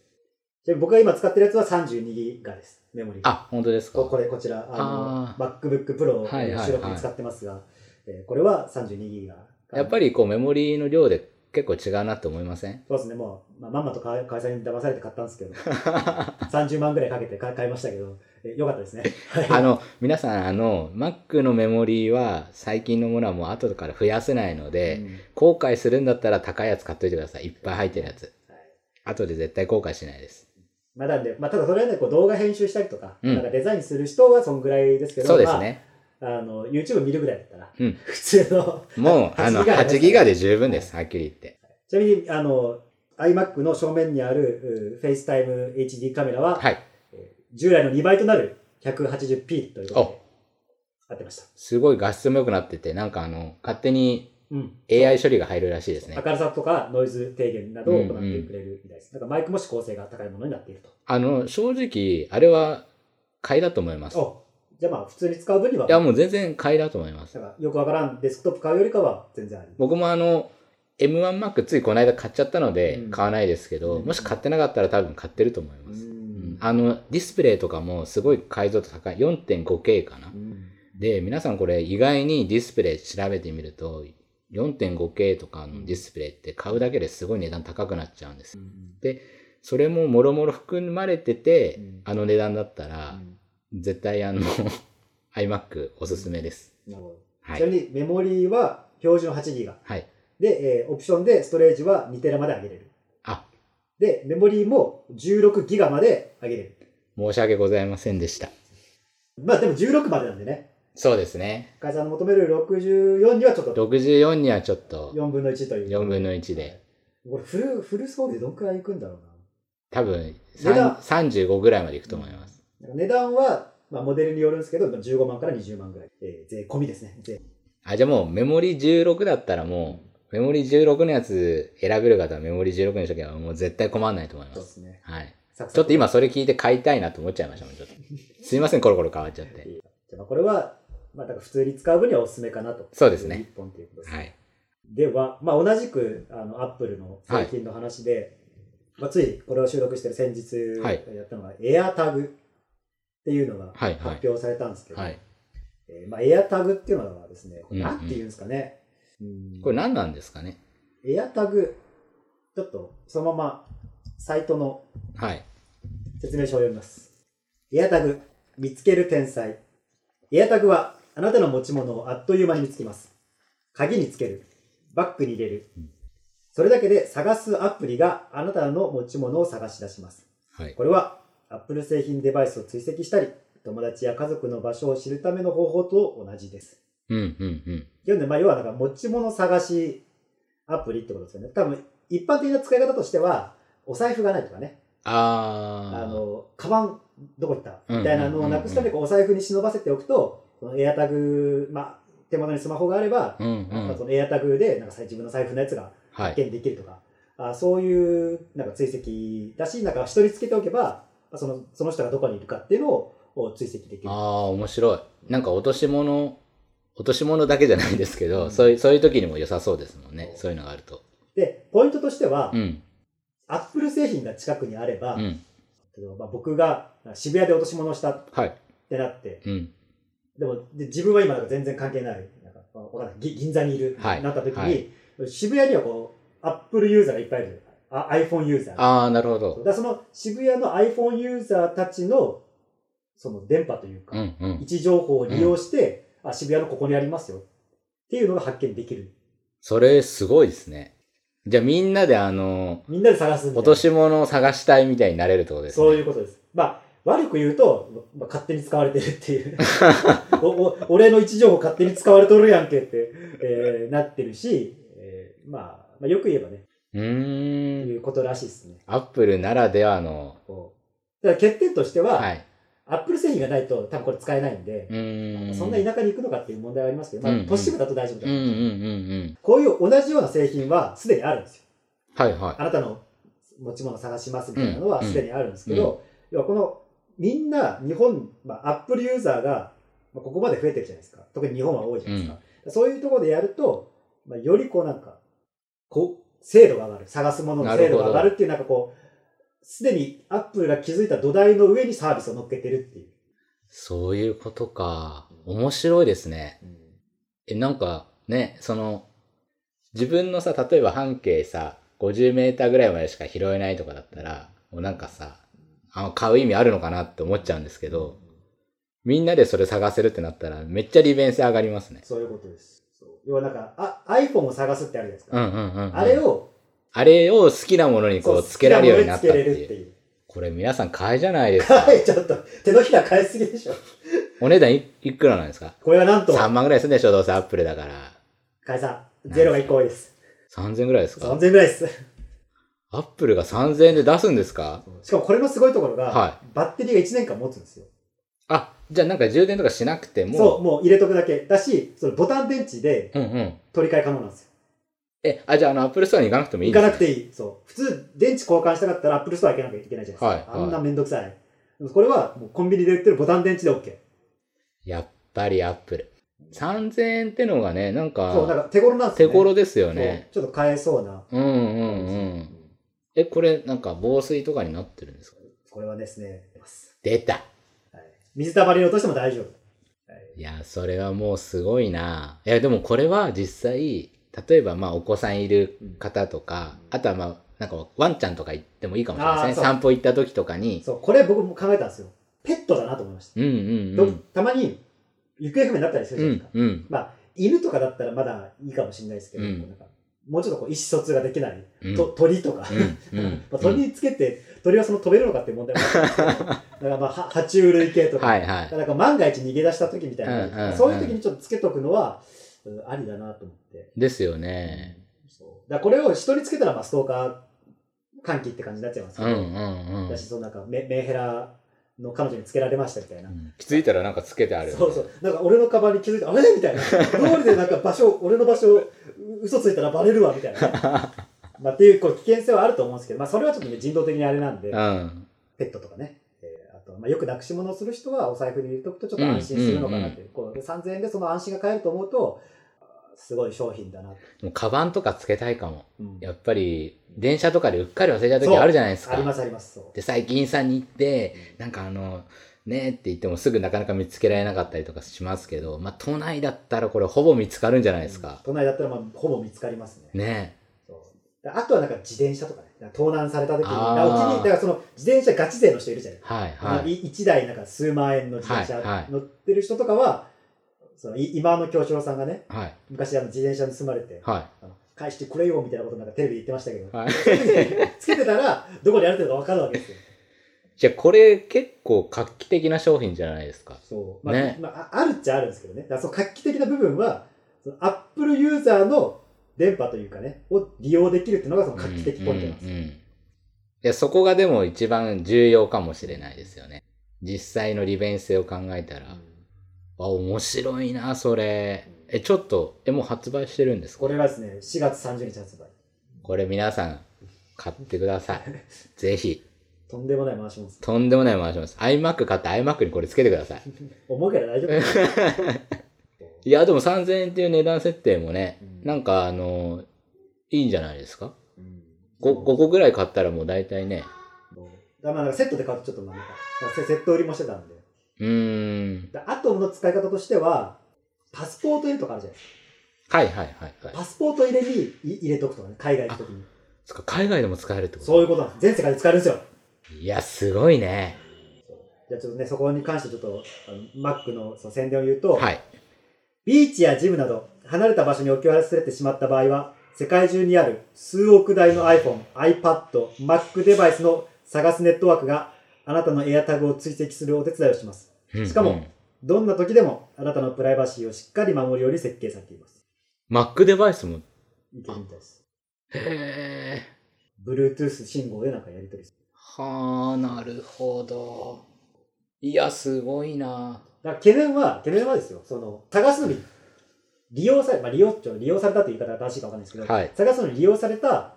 Speaker 1: ちなみに僕が今使ってるやつは32ギガです、メモリが。
Speaker 2: あ、本当ですか
Speaker 1: ここれ、こちら、あ
Speaker 2: あ
Speaker 1: の、MacBook Pro を
Speaker 2: はいはいはい
Speaker 1: 収録に使ってますが、えーこれは32ギガ。
Speaker 2: やっぱ
Speaker 1: り。
Speaker 2: りこうメモリーの量で結構違うなと思いません
Speaker 1: そうですね、もう、まあ、まんまと川川井さんに騙されて買ったんですけど、30万ぐらいかけて買買いましたけど、えーよかったですね。
Speaker 2: あの、皆さん、あの、Mac のメモリーは最近のものはもう後から増やせないので、
Speaker 1: うん
Speaker 2: 後悔するんだったら高いやつ買っといてください。いっぱい入ってるやつ。
Speaker 1: はい
Speaker 2: 後で絶対後悔しないです。
Speaker 1: まあ、なんで、まあ、ただそれはね、こう動画編集したりとか、
Speaker 2: うん
Speaker 1: なんかデザインする人はそんぐらいですけど、
Speaker 2: そうですね。
Speaker 1: まあ、あの、YouTube 見るぐらいだったら、
Speaker 2: うん
Speaker 1: 普通の、
Speaker 2: もう、あの、8ギガで十分です。はっきり言って。
Speaker 1: ちなみに、あの、iMac の正面にあるう FaceTime HD カメラは、
Speaker 2: はい。
Speaker 1: 従来の2倍となる 180p ということで、合ってました。
Speaker 2: すごい画質も良くなってて、なんかあの、勝手に
Speaker 1: うん。
Speaker 2: AI 処理が入るらしいですね。
Speaker 1: 明るさとかノイズ低減などを行ってくれるみたいです。だからマイクも指向性が高いものになっていると。
Speaker 2: あの、正直、あれは買いだと思います。い
Speaker 1: おじゃあまあ、普通に使う分には、
Speaker 2: や、もう全然買いだと思います
Speaker 1: だ。からよくわからんデスクトップ買うよりかは全然あり。
Speaker 2: 僕もあの M1Mac ついこの間買っちゃったので
Speaker 1: うん
Speaker 2: 買わないですけど、
Speaker 1: うん
Speaker 2: もし買ってなかったら多分買ってると思います、
Speaker 1: ん
Speaker 2: あのディスプレイとかもすごい解像度高い 4.5K かな、
Speaker 1: うん
Speaker 2: で皆さんこれ意外にディスプレイ調べてみると 4.5K とかのディスプレイって買うだけですごい値段高くなっちゃうんです、それももろもろ含まれてて、
Speaker 1: うん
Speaker 2: あの値段だったら、絶対あの iMac おすすめです、
Speaker 1: なるほど
Speaker 2: は、
Speaker 1: ちないみにメモリーは標準8ギガ
Speaker 2: はい、
Speaker 1: で、えーオプションでストレージは2テラまで上げれる
Speaker 2: あ
Speaker 1: でメモリーも16ギガまで上げれる
Speaker 2: 申し訳ございませんでした
Speaker 1: まあでも16までなんでね
Speaker 2: そうですね
Speaker 1: 会社の求める64にはちょっと
Speaker 2: 64にはちょっと
Speaker 1: 4分の1という
Speaker 2: 4分の1で、
Speaker 1: これフルフル装備でどんくらいいくんだろう
Speaker 2: 多分
Speaker 1: 値段
Speaker 2: 三35ぐらいまでいくと思います。
Speaker 1: ななんか値段は、まあ、モデルによるんですけどまあ15万から20万ぐらい、えー税込みですね税
Speaker 2: あ、じゃあもうメモリ16だったらもう、メモリ16のやつ選べる方はメモリ16にしとけばもう絶対困んないと思いま。
Speaker 1: そうですすね
Speaker 2: はい。
Speaker 1: サク
Speaker 2: ちょ
Speaker 1: サ
Speaker 2: っ
Speaker 1: ク
Speaker 2: と今それ聞いて買いたいなと思っちゃいましたもん、ちょっと。すいません、コロコロ変わっちゃって。
Speaker 1: じゃあまあこれは、まあ、だから普通に使う分にはおすすめかなと
Speaker 2: そうですね
Speaker 1: 1本ということですね
Speaker 2: はい。
Speaker 1: では、まあ、同じくあのアップルの製品の話で、まあ、ついこれを収録してる先日
Speaker 2: はい
Speaker 1: やったのが AirTag っていうのが
Speaker 2: はいはい
Speaker 1: 発表されたんですけど、
Speaker 2: はい。
Speaker 1: えーまあ、AirTag っていうのはですね、これ
Speaker 2: うんうん
Speaker 1: なんていうんですかね、うん
Speaker 2: これ何なんですかね
Speaker 1: AirTag、ちょっとそのままサイトの
Speaker 2: はい。
Speaker 1: 説明書を読みます。エアタグ、見つける天才。エアタグは、あなたの持ち物をあっという間に見つけます。鍵につける。バッグに入れる。それだけで探すアプリがあなたの持ち物を探し出します。
Speaker 2: はい。
Speaker 1: これは、Apple 製品デバイスを追跡したり、友達や家族の場所を知るための方法と同じです。
Speaker 2: うんうんうん。
Speaker 1: 読んで、まあ、要はなんか持ち物探しアプリってことですよね。多分、一般的な使い方としては、お財布がないとかね。
Speaker 2: あー。
Speaker 1: あの、カバン、どこ行った
Speaker 2: うん
Speaker 1: みたいなのをなくすために、こうお財布に忍ばせておくと、このエアタグ、まあ、手元にスマホがあれば、
Speaker 2: うんう
Speaker 1: なんかそ
Speaker 2: ん。
Speaker 1: のエアタグで、なんかさ自分の財布のやつが
Speaker 2: は
Speaker 1: 発
Speaker 2: い。
Speaker 1: 見できるとか、あそういう、なんか追跡だし、なんか人につけておけば、その、その人がどこにいるかっていうのをを追跡できる
Speaker 2: あ。あ、面白い。なんか落とし物、落とし物だけじゃないですけど、
Speaker 1: うん
Speaker 2: そういう、そういう時にも良さそうですもんね。
Speaker 1: そう
Speaker 2: そういうのがあると。
Speaker 1: で、ポイントとしては、
Speaker 2: うん。
Speaker 1: アップル製品が近くにあれば、
Speaker 2: うん。
Speaker 1: まあ、僕が渋谷で落とし物をしたっ
Speaker 2: はい。
Speaker 1: てなって、
Speaker 2: うん。
Speaker 1: でもで自分は今なんか全然関係ない、なんかわかんないぎ銀座にいる、
Speaker 2: はい
Speaker 1: なった時に、
Speaker 2: は
Speaker 1: 渋谷にはこう、アップルユーザーがいっぱいいる。あ iPhone ユーザー。
Speaker 2: ああ、なるほ
Speaker 1: だか
Speaker 2: ど。
Speaker 1: らその渋谷の iPhone ユーザーたちの、その電波というか、
Speaker 2: うんうん
Speaker 1: 位。置情報を利用して、あ、渋谷のここにありますよ。っていうのが発見できる。
Speaker 2: それすごいですね。じゃあみんなであの、
Speaker 1: みんなで探すみたいな
Speaker 2: 落とし物を探したいみたいになれるってことですね。
Speaker 1: そういうことです。まあ、悪く言うと、ま勝手に使われてるっていう おお俺の位置情報勝手に使われとるやんけって、えーなってるし、えーまあ、まあよく言えばね、
Speaker 2: う
Speaker 1: と
Speaker 2: ーん。
Speaker 1: いうことらしいですね。
Speaker 2: アップルならではの、
Speaker 1: こうだから欠点としては、
Speaker 2: はい。
Speaker 1: アップル製品がないと多分これ使えないんで
Speaker 2: う、ーん。
Speaker 1: そんな田舎に行くのかっていう問題はありますけど、ま
Speaker 2: うんう
Speaker 1: あ、
Speaker 2: ん
Speaker 1: 都市部だと大丈夫だ、
Speaker 2: うんうんうんうん。
Speaker 1: こういう同じような製品はすでにあるんですよ。
Speaker 2: はいは
Speaker 1: あなたの持ち物探しますみたいなのは
Speaker 2: うん
Speaker 1: すでにあるんですけど、要はこのみんな日本、まあ、アップルユーザーがまあここまで増えてるじゃないですか特に日本は多いじゃないですか、そういうところでやると、まあ、よりこうなんかこう精度が上がる探すものの精度が上がるっていうなんかこうすでにアップルが築いた土台の上にサービスを乗っけてるっていう、
Speaker 2: い。そういうことか。面白いですね。え、なんかね、その、自分のさ、例えば半径さ、50メーターぐらいまでしか拾えないとかだったら、もうなんかさ、あ買う意味あるのかなって思っちゃうんですけど、みんなでそれ探せるってなったら、めっちゃ利便性上がりますね。
Speaker 1: そういうことですそう要はなんかあ iPhone を探すってあるじゃないです
Speaker 2: う
Speaker 1: か、
Speaker 2: んうんうんうん。
Speaker 1: あれを
Speaker 2: あれを好きなものにこう、つけられるようになったって
Speaker 1: 好きものにつけれるって
Speaker 2: いう。
Speaker 1: いう
Speaker 2: これ皆さん買いじゃないですか。
Speaker 1: はい、ちょっと、手のひら返しすぎでしょ。
Speaker 2: お値段いいくらなんですか
Speaker 1: これはなんと、
Speaker 2: ?3 万ぐらいするんでしょどうせアップルだから。
Speaker 1: 解散。ゼロが1個多いです。
Speaker 2: 3000ぐらいですか
Speaker 1: 3000ぐらいです。
Speaker 2: アップルが3000円で出すんですか
Speaker 1: しかもこれのすごいところが、
Speaker 2: は
Speaker 1: バッテリーが1年間持つんですよ。
Speaker 2: あ、じゃあなんか充電とかしなくても。
Speaker 1: そう、もう入れとくだけ。だし、そのボタン電池で
Speaker 2: うんうん。
Speaker 1: 取り替え可能なんですよ。
Speaker 2: え、あ、じゃあ、あの、アップルストアに行かなくてもいい
Speaker 1: 行
Speaker 2: んで
Speaker 1: か
Speaker 2: す
Speaker 1: なくていい。そう。普通、電池交換したかったら Apple Store 行けなきゃいけないじゃないですか。
Speaker 2: はいはい
Speaker 1: あんなめんどくさい。でもこれは、もうコンビニで売ってるボタン電池で OK。
Speaker 2: やっぱりアップル。3000円ってのがね、なんか、
Speaker 1: そう、なんか手頃なんです
Speaker 2: 手
Speaker 1: よね。
Speaker 2: 頃ですよ
Speaker 1: ね
Speaker 2: ね。。
Speaker 1: ちょっと買えそうな。
Speaker 2: うんうんうん。え、これ、なんか防水とかになってるんですか
Speaker 1: これはですね、ます
Speaker 2: 出た。
Speaker 1: はい水たまりに落としても大丈夫。
Speaker 2: いや、それはもうすごいな。いや、でもこれは実際、例えばまあお子さんいる方とか、あとはまあ、なんかワンちゃんとか行ってもいいかもしれないですね。
Speaker 1: あーそう
Speaker 2: 散歩行った時とかに。
Speaker 1: そう、これ僕も考えたんですよ。ペットだなと思いました。
Speaker 2: うんうんう
Speaker 1: ど
Speaker 2: ん。
Speaker 1: たまに行方不明になったりする
Speaker 2: う
Speaker 1: じゃないです
Speaker 2: ん
Speaker 1: か。
Speaker 2: うん。
Speaker 1: まあ、犬とかだったらまだいいかもしれないですけど、
Speaker 2: うん
Speaker 1: こうなんかもうちょっとこう意思疎通ができない、
Speaker 2: うん
Speaker 1: と鳥とか、
Speaker 2: うんうん
Speaker 1: まあ、鳥につけて鳥はその飛べるのかっていう問題もあるんですけどだ からまあは爬虫類系とか,、
Speaker 2: はいはい。
Speaker 1: なんか万が一逃げ出した時みたいな、
Speaker 2: うんうんうん
Speaker 1: そういう時にちょっとつけとくのは、うんありだなと思って、
Speaker 2: ですよね。
Speaker 1: そうだからこれを人につけたらまあストーカー喚起って感じになっちゃいますけ
Speaker 2: うん
Speaker 1: ど、
Speaker 2: うんうん
Speaker 1: だし。そのなんかメメンヘラの彼女につけられましたみたいな、
Speaker 2: 気づいたらなんかつけてある。
Speaker 1: そうそう。なんか俺のカバンに気づいて、あれみたいな。通りでなんか場所、俺の場所、う嘘ついたらバレるわ、みたいな。まあっていう、こう、危険性はあると思うんですけど、まあそれはちょっとね、人道的にあれなんで、
Speaker 2: うん。
Speaker 1: ペットとかね。えーあと、まあよくなくし物をする人はお財布に入れておくとちょっと安心するのかなっていう。こう、3000円でその安心が買えると思うと、あーすごい商品だなと。
Speaker 2: でもカバンとかつけたいかも。
Speaker 1: うん
Speaker 2: やっぱり、電車とかでうっかり忘れちゃう時あるじゃないです
Speaker 1: ありま
Speaker 2: か。
Speaker 1: すあります、そう。
Speaker 2: で、最近さんに行って、なんかあの、ねえって言ってもすぐなかなか見つけられなかったりとかしますけど、まあ、都内だったらこれほぼ見つかるんじゃないですか。
Speaker 1: 都内だったらまあほぼ見つかりますね。
Speaker 2: ね
Speaker 1: そうあとはなんか自転車とかね、なんか盗難された時に、
Speaker 2: あー
Speaker 1: なおきに、だからその自転車ガチ勢の人いるじゃない
Speaker 2: え。はい
Speaker 1: は
Speaker 2: はい。
Speaker 1: い、1台なんか数万円の自転
Speaker 2: はいは
Speaker 1: 車乗っ
Speaker 2: い
Speaker 1: てる人とかは、そのい今の教師郎さんがね
Speaker 2: はい。
Speaker 1: 昔あの自転車盗まれて、
Speaker 2: は
Speaker 1: あの返してくれよみたいなことなんかテレビで言ってましたけど、
Speaker 2: い。はい。
Speaker 1: つけてたらどこにあるっていうのが分かるわけですよ。
Speaker 2: じゃあこれ結構画期的な商品じゃないですか。
Speaker 1: そうまあ
Speaker 2: ね
Speaker 1: まあ、ああるっちゃあるんですけどねだからその画期的な部分はそのアップルユーザーの電波というかねを利用できるっていうのがその画期的ポイントなんですよ、
Speaker 2: うんうんうんいやそこがでも一番重要かもしれないですよね。実際の利便性を考えたら。あ、面白いな、それ。え、ちょっと、え、もう発売してるんですか
Speaker 1: これがですね4月30日発売
Speaker 2: これ皆さん、買ってください。 ぜひ。
Speaker 1: とんでもない回し物です
Speaker 2: とんでもない回します。iMac 買って iMac にこれつけてください。
Speaker 1: 重いから大丈夫
Speaker 2: いや、でも3000円っていう値段設定もね、
Speaker 1: うん
Speaker 2: なんかあの、いいんじゃないですか
Speaker 1: うん
Speaker 2: 5, 個ぐらい買ったらもう大体ね、
Speaker 1: だからまあセットで買うとちょっとなんかだからセセット売りもしてたんで
Speaker 2: うーん。
Speaker 1: でアトムの使い方としてはパスポート入れとかあるじゃないです
Speaker 2: はいはいはいはい
Speaker 1: か。パスポート入れにい入れとくとかね海外行くときに
Speaker 2: そっか海外でも使えるってこと
Speaker 1: そういうことなんです全世界で使えるんですよ
Speaker 2: いや、すごいね。
Speaker 1: じゃあちょっとねそこに関してちょっとあの Mac のその宣伝を言うと、
Speaker 2: はい。
Speaker 1: ビーチやジムなど離れた場所に置き忘れてしまった場合は世界中にある数億台の iPhone、iPad、Mac デバイスの探すネットワークがあなたの AirTag を追跡するお手伝いをします。
Speaker 2: うん
Speaker 1: しかも、どんな時でもあなたのプライバシーをしっかり守るように設計されています。
Speaker 2: うん、Mac デバイスも、
Speaker 1: いけるみたいです。
Speaker 2: へえ。
Speaker 1: Bluetooth 信号でなんかやり取りする。
Speaker 2: はあ、なるほど。いや、すごいな。
Speaker 1: だから懸念は、懸念はですよ、その、探すのに、利用され、まあ利用、ちょ利用されたという言い方が正しいかわかんないですけど、
Speaker 2: はい
Speaker 1: 探すのに利用された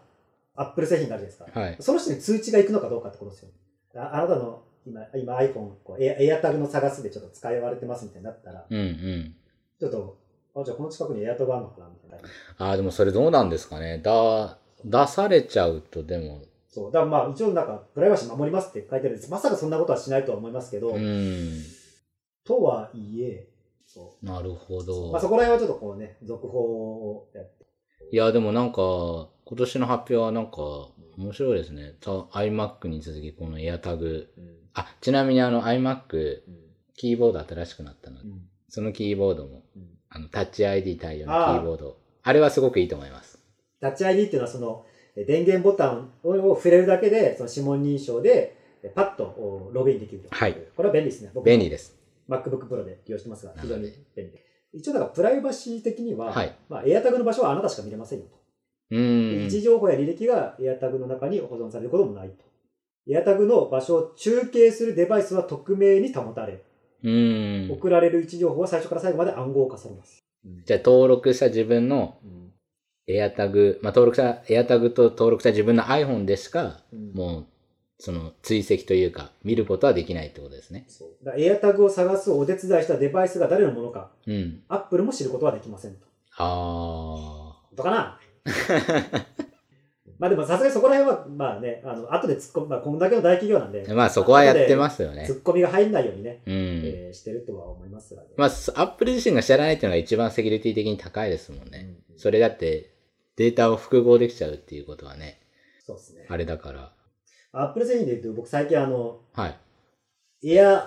Speaker 1: Apple 製品があるじゃないですか。
Speaker 2: はい。
Speaker 1: その人に通知が行くのかどうかってことですよ。ああなたの今今 iPhone こうエアエアタグの探すでちょっと使われてますみたいになったら、
Speaker 2: うんうん。
Speaker 1: ちょっと、あ、じゃあこの近くにエアタグあるのかなみたいな。
Speaker 2: ああ、でもそれどうなんですかね。だ、出されちゃうと、でも、
Speaker 1: そう。だからまあ一応なんかプライバシー守りますって書いてあるんです。まさかそんなことはしないとは思いますけど、
Speaker 2: うん。
Speaker 1: とはいえ、そう。
Speaker 2: なるほど。
Speaker 1: まあそこら辺はちょっとこうね、続報をやって。
Speaker 2: いや、でもなんか、今年の発表はなんか、面白いですね。た iMac に続き、この AirTag。
Speaker 1: うん
Speaker 2: あ、ちなみにあの iMac、
Speaker 1: うん
Speaker 2: キーボード新しくなったので、そのキーボードも、
Speaker 1: うん
Speaker 2: あの、タッチ ID 対応のキ
Speaker 1: あー
Speaker 2: ーボード。あれはすごくいいと思います。
Speaker 1: タッチ ID っていうのはそのえ電源ボタンを触れるだけで、その指紋認証で、えパッとおログインできると。
Speaker 2: はい
Speaker 1: これは便利ですね。僕も
Speaker 2: 便利です。
Speaker 1: MacBook Pro で利用してますが、
Speaker 2: な
Speaker 1: 非
Speaker 2: る
Speaker 1: 常
Speaker 2: ほど
Speaker 1: に便利。一応、だからプライバシー的には、
Speaker 2: はい
Speaker 1: まあ、AirTag の場所はあなたしか見れませんよと。
Speaker 2: う
Speaker 1: で位
Speaker 2: ー
Speaker 1: 置
Speaker 2: ん。
Speaker 1: 情報や履歴が AirTag の中に保存されることもないと。AirTag の場所を中継するデバイスは匿名に保たれ、
Speaker 2: うーん。
Speaker 1: 送られる位置情報は最初から最後まで暗号化されます。
Speaker 2: じゃあ、登録した自分の
Speaker 1: うん
Speaker 2: AirTag、まあ、登録した AirTag と登録した自分の iPhone でしか、
Speaker 1: うん
Speaker 2: もう、その、追跡というか、見ることはできないってことですね。
Speaker 1: そうだから AirTag を探すお手伝いしたデバイスが誰のものか、
Speaker 2: うん。
Speaker 1: Apple も知ることはできませんと。
Speaker 2: ああ。
Speaker 1: ことか なまあでもさすがにそこら辺は、まあね、あの、後で突っ込む、まあこんだけの大企業なんで、
Speaker 2: まあそこはやってますよね
Speaker 1: ツ。ッコミが入んないようにね、
Speaker 2: うん。
Speaker 1: えーしてるとは思いますがね。
Speaker 2: まあ、アップル自身が知らないっていうのが一番セキュリティ的に高いですもん
Speaker 1: う
Speaker 2: ね。
Speaker 1: ん
Speaker 2: それだって、データを複合できちゃうっていうことはね、
Speaker 1: そうですね。
Speaker 2: あれだから。
Speaker 1: アップル製品で言うと、僕最近あの、
Speaker 2: はい。
Speaker 1: AirPod、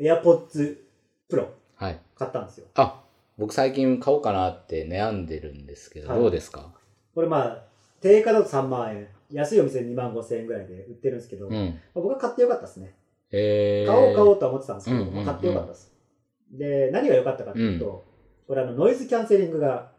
Speaker 1: AirPods Pro
Speaker 2: はい。
Speaker 1: 買ったんですよ。
Speaker 2: あ、僕最近買おうかなって悩んでるんですけど、
Speaker 1: はい
Speaker 2: どうですか
Speaker 1: これまあ、定価だと3万円、安いお店で2万5千円ぐらいで売ってるんですけど、
Speaker 2: う
Speaker 1: まあ
Speaker 2: ん。
Speaker 1: 僕は買ってよかったですね。
Speaker 2: えー。
Speaker 1: 買おう買おうとは思ってたんですけど、
Speaker 2: うんうん
Speaker 1: ま
Speaker 2: うん
Speaker 1: あ買ってよかったです。で、何が良かったかというと、
Speaker 2: う
Speaker 1: これあのノイズキャンセリングが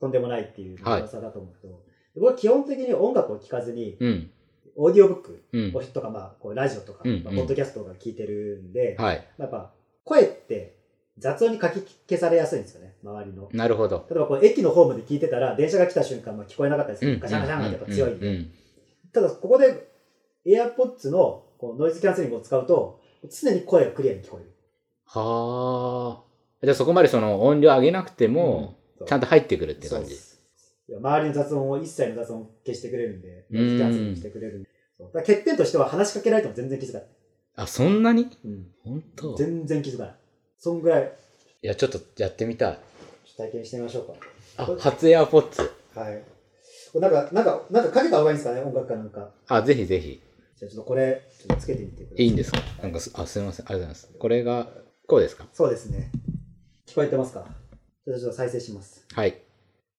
Speaker 1: とんでもないっていう
Speaker 2: はい
Speaker 1: 噂だと思うけど、僕は基本的に音楽を聴かずに、
Speaker 2: うん。
Speaker 1: オーディオブック
Speaker 2: うん
Speaker 1: を。とか、まあ、こうラジオとか、
Speaker 2: うんうん
Speaker 1: まあ、ポッドキャストとか聞いてるんで、
Speaker 2: はい。
Speaker 1: やっぱ声って雑音にかき消されやすいんですよね、周りの。
Speaker 2: なるほど。
Speaker 1: 例えばこう駅のホームで聞いてたら、電車が来た瞬間、まあ、聞こえなかったりす
Speaker 2: う
Speaker 1: る。
Speaker 2: ん。
Speaker 1: ガシャンガシャンってやっぱ強いんで。
Speaker 2: うん。
Speaker 1: ただ、ここで AirPods のこうノイズキャンセリングを使うと、常に声がクリアに聞こえる。
Speaker 2: はあ。じゃあそこまでその音量上げなくても、
Speaker 1: そう
Speaker 2: ちゃんと入ってくるって感
Speaker 1: そうで
Speaker 2: じ。
Speaker 1: すいや周りの雑音を一切の雑音を消してくれるんで、
Speaker 2: うん
Speaker 1: ノイズキャンセリングしてくれるんで。そうだから欠点としては話しかけられても全然気づかない。
Speaker 2: あ、そんなに
Speaker 1: うん、
Speaker 2: 本当い
Speaker 1: 全然気づかない。そんぐらい、
Speaker 2: や、ちょっとやってみたい。
Speaker 1: 体験してみましょう
Speaker 2: あ、初エアポッツ。
Speaker 1: か。はい。なんか、なんか、なんかかけた方がいいんですかね、音楽かなんか。
Speaker 2: あ、ぜひぜひ。
Speaker 1: じゃあちょっとこれ、ちょっとつけてみてください。
Speaker 2: いいんですかなんかす、あ、すみません。ありがとうございます。これが、こうですか
Speaker 1: そうですね。聞こえてますかちょっとちょっと再生します。
Speaker 2: はい。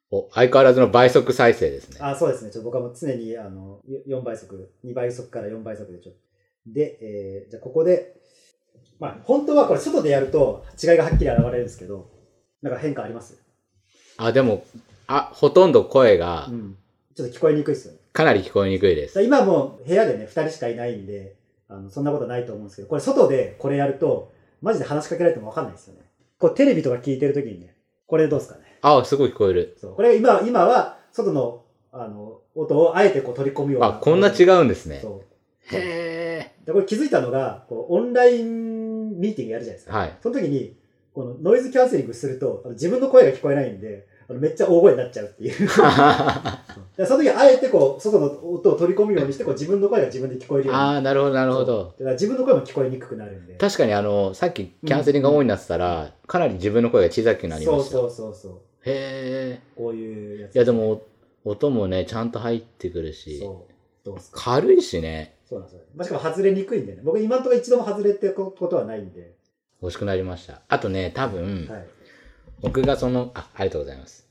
Speaker 2: お、相変わらずの倍速再生ですね。
Speaker 1: あ、そうですね。ちょっと僕はもう常に、あの、よ4倍速、2倍速から4倍速でちょっと。で、えーじゃあここで、まあ、本当はこれ外でやると違いがはっきり現れるんですけど、なんか変化あります
Speaker 2: あ、でも、あ、ほとんど声が
Speaker 1: うん。ちょっと聞こえにくいですよね。
Speaker 2: かなり聞こえにくいです。
Speaker 1: だ今もう部屋でね、2人しかいないんで、あのそんなことないと思うんですけど、これ外でこれやると、マジで話しかけられても分かんないですよね。こうテレビとか聞いてるときにね、これどうですかね。
Speaker 2: あ、すごい聞こえる。
Speaker 1: そう。これ今、今は、外の、あの、音をあえてこう取り込むような。
Speaker 2: あ、こんな違うんですね。
Speaker 1: そ
Speaker 2: へ
Speaker 1: う。で、これ気づいたのが、こう、オンラインミーティングやるじゃないです
Speaker 2: ー
Speaker 1: か。
Speaker 2: はい。
Speaker 1: その時に、このノイズキャンセリングすると、あの自分の声が聞こえないんで、あのめっちゃ大声になっちゃうって いう。
Speaker 2: あ
Speaker 1: でその時、あえてこう、外の音を取り込むようにして、こう、自分の声が自分で聞こえるように。
Speaker 2: ー、なるほど、な
Speaker 1: な
Speaker 2: るほど。。
Speaker 1: だから自分の声も聞こえにくくなるんで。
Speaker 2: 確かにあの、さっきキャンセリングが多いなってたら、かなり自分の声が小さくなりま
Speaker 1: そう
Speaker 2: した。
Speaker 1: そうそうそう。
Speaker 2: へえ。
Speaker 1: こういうやつ。
Speaker 2: いや、でも、音もね、ちゃんと入ってくるし、
Speaker 1: そう。どうですか
Speaker 2: 軽いしね、
Speaker 1: そうなんですよ。まあ、しかも外れにくいんでね。僕今のところ一度も外れてことはないんで。
Speaker 2: 欲しくなりました。あとね、多分、
Speaker 1: はい。
Speaker 2: 僕がその、あ、ありがとうございます。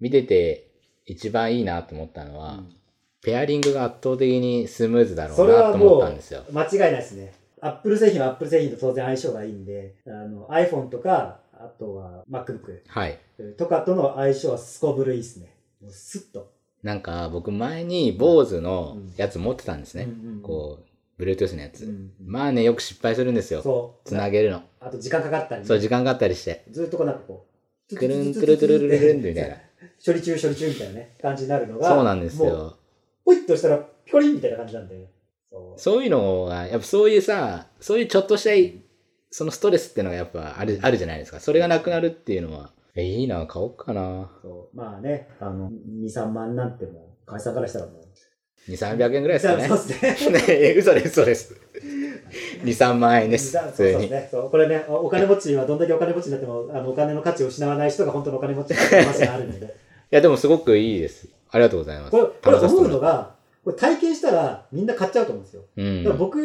Speaker 2: 見てて、一番いいなと思ったのは、
Speaker 1: うん
Speaker 2: ペアリングが圧倒的にスムーズだろ
Speaker 1: そうれ
Speaker 2: な
Speaker 1: は
Speaker 2: と思
Speaker 1: も
Speaker 2: っ
Speaker 1: う
Speaker 2: たんですよ。
Speaker 1: 間違いないですね。アップル製品はアップル製品と当然相性がいいんで、あの iPhone とか、あとは MacBook
Speaker 2: はい。
Speaker 1: とかとの相性はすこぶるいいですね。もうスッと。
Speaker 2: なんか僕前に坊主のやつ持ってたんですね。
Speaker 1: うんうん
Speaker 2: こう、Bluetooth のやつ。
Speaker 1: うん
Speaker 2: まあね、よく失敗するんですよ。
Speaker 1: そう。
Speaker 2: つなげるの。
Speaker 1: あと時間かかったりね、
Speaker 2: そう、時間があったりして。
Speaker 1: ずっとこうなんかこう、
Speaker 2: くるんくるくるくるくるんみたいな。
Speaker 1: 処理中処理中みたいなね、感じになるのが。
Speaker 2: そうなんです
Speaker 1: もう。
Speaker 2: よ。
Speaker 1: ポイッとしたら、ピコリンみたいな感じなんで。そう。
Speaker 2: そういうのが、やっぱそういうさ、そういうちょっとした、そのストレスってのがやっぱあるあるじゃないですか。それがなくなるっていうのは、え、いいな、買おうかな。
Speaker 1: そうまあね、あの、2、3万なんてもう、会社からしたらもう。
Speaker 2: 2、300円ぐらいですかね。
Speaker 1: そうですね。
Speaker 2: ねえ嘘です、嘘です。2、3万円です。
Speaker 1: そう
Speaker 2: 普
Speaker 1: そう
Speaker 2: 通
Speaker 1: です
Speaker 2: に。
Speaker 1: ね。そうこれね、おお金持ちはどんだけお金持ちになっても、あのお金の価値を失わない人が本当のお金持ちの可能性があるので。
Speaker 2: いや、でもすごくいいです。ありがとうございます。
Speaker 1: これ、これ
Speaker 2: 試さ
Speaker 1: 思
Speaker 2: せて
Speaker 1: う
Speaker 2: もら
Speaker 1: の
Speaker 2: っ
Speaker 1: が、これ体験したらみんな買っちゃうと思うんですよ。
Speaker 2: う
Speaker 1: だから
Speaker 2: ん。
Speaker 1: 僕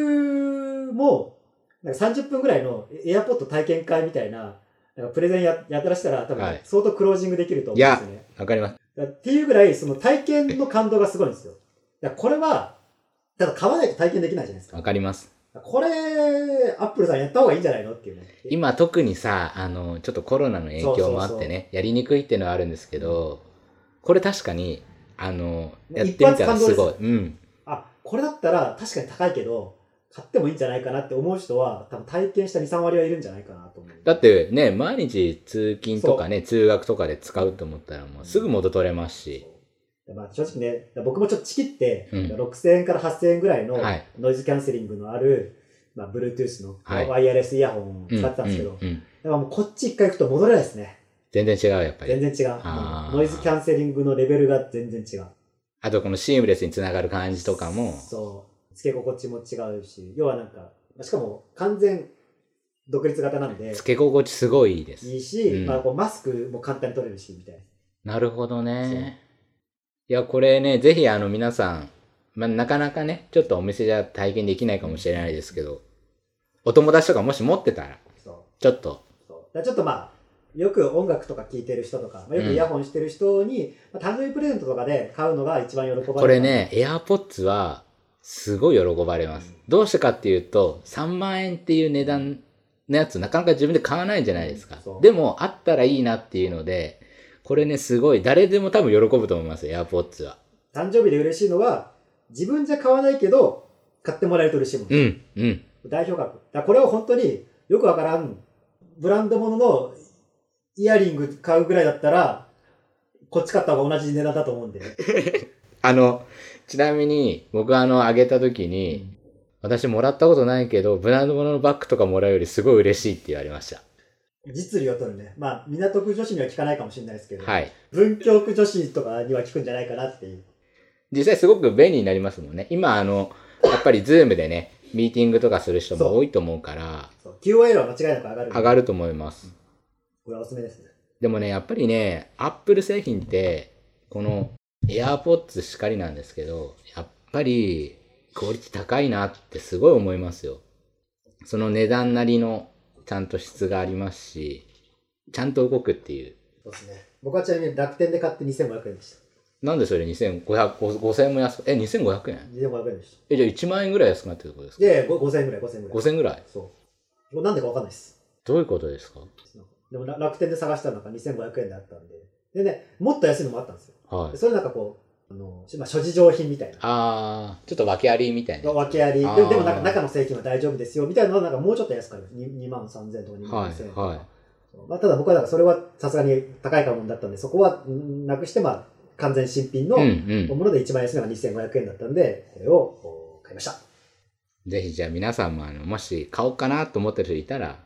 Speaker 1: も、なんか30分ぐらいのエアポッド体験会みたいな、なんかプレゼンややったらしたら多分
Speaker 2: はい
Speaker 1: 相当クロージングできると思うんですよね。
Speaker 2: わかります。
Speaker 1: だからっていうぐらい、その体験の感動がすごいんですよ。だからこれは、ただ買わないと体験できないじゃないですか。
Speaker 2: わかります。
Speaker 1: これ、アップルさんやった方がいいんじゃないのっていうね。
Speaker 2: 今特にさ、あの、ちょっとコロナの影響もあって
Speaker 1: そうそ
Speaker 2: ね、やりにくいっていうのはあるんですけど、これ確かに、あの、
Speaker 1: ね
Speaker 2: やってみたらす
Speaker 1: 一発感
Speaker 2: ごい。うん。
Speaker 1: あ、これだったら確かに高いけど、買ってもいいんじゃないかなって思う人は、多分体験した2、3割はいるんじゃないかなと思う。
Speaker 2: だってね、毎日通勤とかね、通学とかで使うと思ったらもうすぐ元取れますし、
Speaker 1: そう、まあ、正直ね、僕もちょっとチキって、
Speaker 2: うん
Speaker 1: 6000円から8000円ぐらいの
Speaker 2: はい
Speaker 1: ノイズキャンセリングのある、まあ、Bluetooth の
Speaker 2: はい
Speaker 1: ワイヤレスイヤホンを
Speaker 2: う
Speaker 1: 使ってたんですけど、
Speaker 2: うんうん
Speaker 1: やっぱもうこっち一回行くと戻れないですね。
Speaker 2: 全然違う、やっぱり
Speaker 1: 全。然違う。
Speaker 2: あー
Speaker 1: ノイズキャンセリングのレベルが全然違う。
Speaker 2: あとこのシームレスにつながる感じとかも、
Speaker 1: そう。付け心地も違うし、要はなんか、しかも完全独立型なんで、
Speaker 2: 付け心地すごいいいです。
Speaker 1: いいし、
Speaker 2: うん
Speaker 1: まあ、こうマスクも簡単に取れるし、みたいな。
Speaker 2: なるほどね。いや、これね、ぜひあの皆さん、まあ、なかなかね、ちょっとお店じゃ体験できないかもしれないですけど、お友達とかもし持ってたら、
Speaker 1: そ
Speaker 2: ちょっと、
Speaker 1: う。そうだからちょっとまあ、よく音楽とか聴いてる人とか、まあ、よ
Speaker 2: う
Speaker 1: く
Speaker 2: ん
Speaker 1: イヤホンしてる人に、まあ、誕生日プレゼントとかで買うのが一番喜ばれる。
Speaker 2: これ。ね、AirPods は、すごい喜ばれます。どうしてかっていうと、3万円っていう値段のやつ、なかなか自分で買わないじゃないですか
Speaker 1: そ。う
Speaker 2: でも、あったらいいなっていうので、これね、すごい、誰でも多分喜ぶと思います、AirPods は。
Speaker 1: 誕生日で嬉しいのは、自分じゃ買わないけど、買ってもらえると嬉しいもん。
Speaker 2: うん、うん。
Speaker 1: 代表格。だからこれを本当によくわからん、ブランドもののイヤリング買うぐらいだったら、こっち買った方が同じ値段だと思うんで。
Speaker 2: あの、ちなみに、僕あの、あげた時に、私もらったことないけど、ブランド物のバッグとかもらうよりすごい嬉しいって言われました。
Speaker 1: 実利を取るね。まあ、港区女子には聞かないかもしれないですけど、
Speaker 2: はい。
Speaker 1: 文京区女子とかには聞くんじゃないかなっていう。
Speaker 2: 実際すごく便利になりますもんね。今あの、やっぱりズームでね、ミーティングとかする人も多いと思うから、
Speaker 1: そう QOL は間違いなく上がるんで。
Speaker 2: 上がると思います。
Speaker 1: これはおすすめですね。
Speaker 2: でもね、やっぱりね、アップル製品って、この AirPods しかりなんですけど、やっぱりクオリティ高いなってすごい思いますよ。その値段なりのちゃんと質がありますし、ちゃんと動くっていう。
Speaker 1: そうですね。僕はちなみに楽天で買って2500円でした。
Speaker 2: なんでそれ2500、5000円も安く、え、2500円
Speaker 1: 2500円でし
Speaker 2: え、じゃあ1万円ぐらい安くなってるってことです
Speaker 1: た。
Speaker 2: か
Speaker 1: で、ご5000円ぐらい、5000円ぐらい。
Speaker 2: ?5000 円ぐらい
Speaker 1: そう。もうなんでかわかんないです。
Speaker 2: どういうことですか
Speaker 1: でもら楽天で探したのが2500円であったんで。でね、もっと安いのもあったんですよ。
Speaker 2: はい
Speaker 1: で。それなんかこう、あの、しまあ、諸事情品みたいな。
Speaker 2: あー、ちょっと訳ありみたいな。
Speaker 1: 訳あり。で
Speaker 2: あ
Speaker 1: も
Speaker 2: ー
Speaker 1: でもなんか中の製品は大丈夫ですよ、みたいなのはなんかもうちょっと安くなる。2万3000円とか2万5000円とか。
Speaker 2: はいはい
Speaker 1: まあ、ただ僕はだからそれはさすがに高い買い物だったんで、そこはんなくして、まあ、完全新品の
Speaker 2: うんう
Speaker 1: も
Speaker 2: ん。
Speaker 1: ので一番安いのが2500円だったんで、これをお買いました。
Speaker 2: ぜひじゃあ皆さんもあの、もし買おうかなと思ってる人いたら、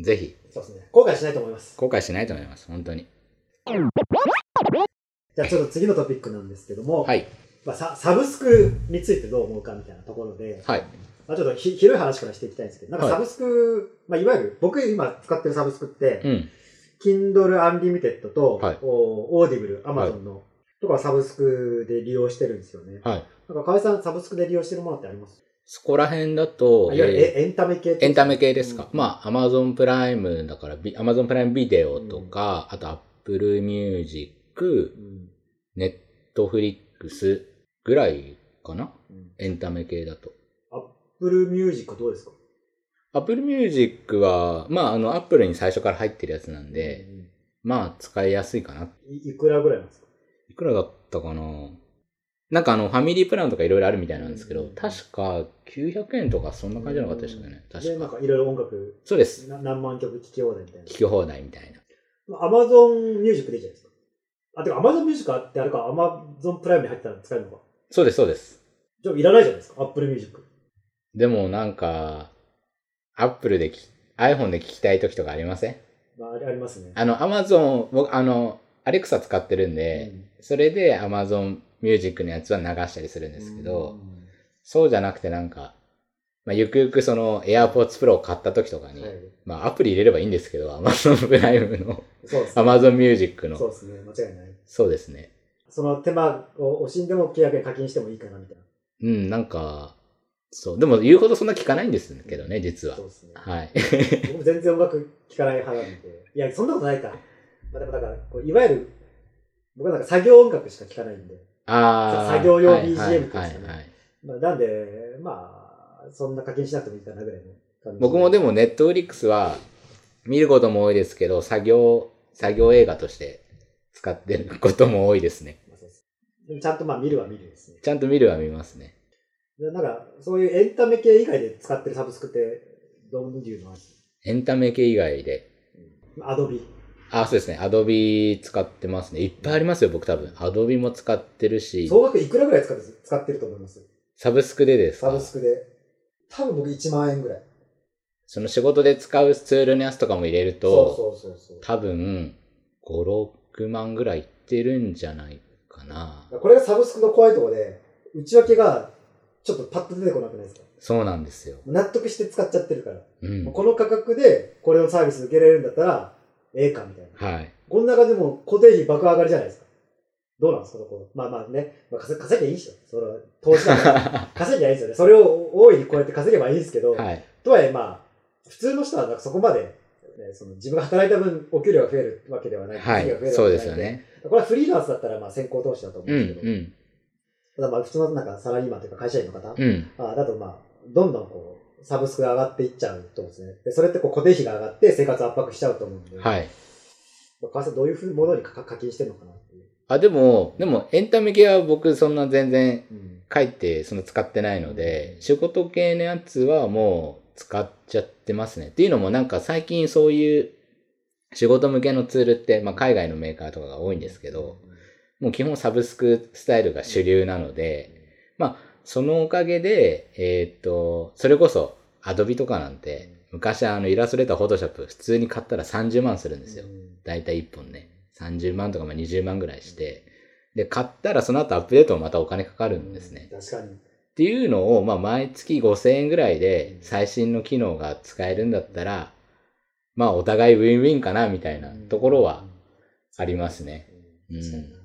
Speaker 2: ぜひ、
Speaker 1: そうですね。後悔しないと思います。
Speaker 2: 後悔しないと思います。本当に。
Speaker 1: じゃあちょっと次のトピックなんですけども、
Speaker 2: はい。
Speaker 1: まあ、ササブスクについてどう思うかみたいなところで、
Speaker 2: はい。
Speaker 1: まあ、ちょっとひ広い話からしていきたいんですけど、なんか
Speaker 2: はい
Speaker 1: サブスク、いまあ、いわゆる僕今使ってるサブスクって、
Speaker 2: うん。
Speaker 1: Kindle Unlimited と、
Speaker 2: はい
Speaker 1: お Audible、Amazon の、とかサブスクで利用してるんですよね。
Speaker 2: はい。
Speaker 1: なんか河合さん、サブスクで利用してるものってあります
Speaker 2: そこら辺だと、
Speaker 1: あいわゆる
Speaker 2: え
Speaker 1: エエンタメ系
Speaker 2: ーエンタメ系ですか。
Speaker 1: うん
Speaker 2: まあ、Amazon プライムだから、ビ Amazon プライムビデオとか、あと Apple Music、
Speaker 1: うん
Speaker 2: ネットフリックス、ぐらいかな
Speaker 1: うん
Speaker 2: エンタメ系だと。
Speaker 1: アップルミュージックどうですか
Speaker 2: Apple Music は、まあ、あの、Apple に最初から入ってるやつなんで、
Speaker 1: うん
Speaker 2: まあ、使いやすいかな。
Speaker 1: いいくらぐらいなんですか
Speaker 2: いくらだったかななんかあの、ファミリープランとかいろいろあるみたいなんですけど、
Speaker 1: うん
Speaker 2: 確か900円とかそんな感じじゃなかったでしたかね。
Speaker 1: で、
Speaker 2: 確
Speaker 1: なん
Speaker 2: か。
Speaker 1: かいろいろ音楽、
Speaker 2: そうです。
Speaker 1: な何万曲聴き放題みたいな
Speaker 2: 聞。き放題みたいな。
Speaker 1: アマゾンミュージックでいいじゃないですか。あ、てかアマゾンミュージックってあれか、アマゾンプライムに入ってたら使えるのか。
Speaker 2: そうです、そうです。
Speaker 1: じゃあいらないじゃないですか、アップルミュージック。
Speaker 2: でもなんか、Apple でき、iPhone で聞きたい時とかありません
Speaker 1: まあ、あれありますね。
Speaker 2: あの、Amazon、僕、あの、Alexa 使ってるんで、それで Amazon Music のやつは流したりするん
Speaker 1: うん
Speaker 2: ですけど、、そうじゃなくてなんか、まあ、ゆくゆくその AirPods Pro を買った時とか
Speaker 1: うん
Speaker 2: に、
Speaker 1: はい。
Speaker 2: まあアプリ入れればいいんですけど、Amazon プライムの、
Speaker 1: そうですね。
Speaker 2: Amazon Music の、
Speaker 1: そ
Speaker 2: そ
Speaker 1: う
Speaker 2: う
Speaker 1: ですね、間違いない。
Speaker 2: ですね。
Speaker 1: その手間を惜しんでも契約に課金してもいいかなみたいな。
Speaker 2: うん、なんか、そう、でも言うほどそんな聞かないんですけどね、実は
Speaker 1: そう。ですね。
Speaker 2: はい。
Speaker 1: 僕全然音楽聴かない派なんで。いや、そんなことないか。まあ、でもだから、こういわゆる、僕なんか作業音楽しか聴かないんで。
Speaker 2: ああ。
Speaker 1: 作業用
Speaker 2: はいは
Speaker 1: BGM
Speaker 2: い
Speaker 1: っていうんですかね
Speaker 2: はいはい
Speaker 1: まあ、なんで、まあ、そんな課金しなくてもいいかなぐらいの感じ。
Speaker 2: 僕もでも Netflix は見ることも多いですけど、作業、作業映画として使ってることも多いですね。
Speaker 1: まあそうですでもちゃんとまあ見るは見るですね。
Speaker 2: ちゃんと見るは見ますね。
Speaker 1: でなんか、そういうエンタメ系以外で使ってるサブスクって、どういうのある
Speaker 2: エンタメ系以外で。
Speaker 1: アドビ。
Speaker 2: あ、そうですね。Adobe 使ってますね。いっぱいありますよ、僕多分。Adobe も使ってるし、
Speaker 1: 総額いくらぐらい使って使ってると思います
Speaker 2: サブスクでです
Speaker 1: サ
Speaker 2: か
Speaker 1: ブスクで。多分僕1万円ぐらい。
Speaker 2: その仕事で使うツールのやつとかも入れると、
Speaker 1: そうそうそうそ
Speaker 2: 多分、5、6万ぐらいいってるんじゃないかな。
Speaker 1: う。これがサブスクの怖いところで、内訳がちょっとパッと出てこなくないですか
Speaker 2: そうなんですよ。
Speaker 1: 納得して使っちゃってるから。
Speaker 2: うん。
Speaker 1: この価格でこれのサービス受けられるんだったら、ええかみたいな。
Speaker 2: はい。
Speaker 1: この中でも固定費爆上がりじゃないですか。どうなんですかそこまあまあね、まあ、稼稼ぎゃいいんですよ。それは投資だ から。稼ぎゃいいんですよね。それを大いにこうやって稼げばいいんですけど、
Speaker 2: はい。
Speaker 1: とはいえまあ、普通の人はなんかそこまで、ね、その自分が働いた分お給料が増えるわけではない。
Speaker 2: は
Speaker 1: 利益が増え
Speaker 2: い。
Speaker 1: る
Speaker 2: そ
Speaker 1: わ
Speaker 2: う
Speaker 1: け
Speaker 2: で
Speaker 1: じ
Speaker 2: す
Speaker 1: ゃな
Speaker 2: よ
Speaker 1: いん。
Speaker 2: ね。
Speaker 1: これはフリーランスだったらまあ先行投資だと思うん
Speaker 2: う
Speaker 1: ですけど、
Speaker 2: ん、
Speaker 1: ただまあ普通のなんかサラリーマンというか会社員の方、
Speaker 2: うん、うん。
Speaker 1: あだとまあ、どんどんこう、サブスクが上がっていっちゃうと思うんですね。で、それってこう固定費が上がって生活圧迫しちゃうと思うんで、
Speaker 2: はい。
Speaker 1: まあ川崎さんどういうふうものに課課金してるのかなっていう。
Speaker 2: あ、でも、でも、エンタメ系は僕そんな全然書いて、その使ってないので、仕事系のやつはもう使っちゃってますね。っていうのもなんか最近そういう仕事向けのツールって、まあ海外のメーカーとかが多いんですけど、もう基本サブスクスタイルが主流なので、そのおかげで、えーっと、それこそ、アドビとかなんて、昔あのイラストレーター、フォトショップ、普通に買ったら30万するんですよ。大体1本ね。30万とかまあ20万ぐらいして。で、買ったらその後アップデートもまたお金かかるんですね。
Speaker 1: 確かに。
Speaker 2: っていうのを、まあ、毎月5000円ぐらいで最新の機能が使えるんだったら、まあ、お互いウィンウィンかな、みたいなところはありますね。
Speaker 1: うん。確かにな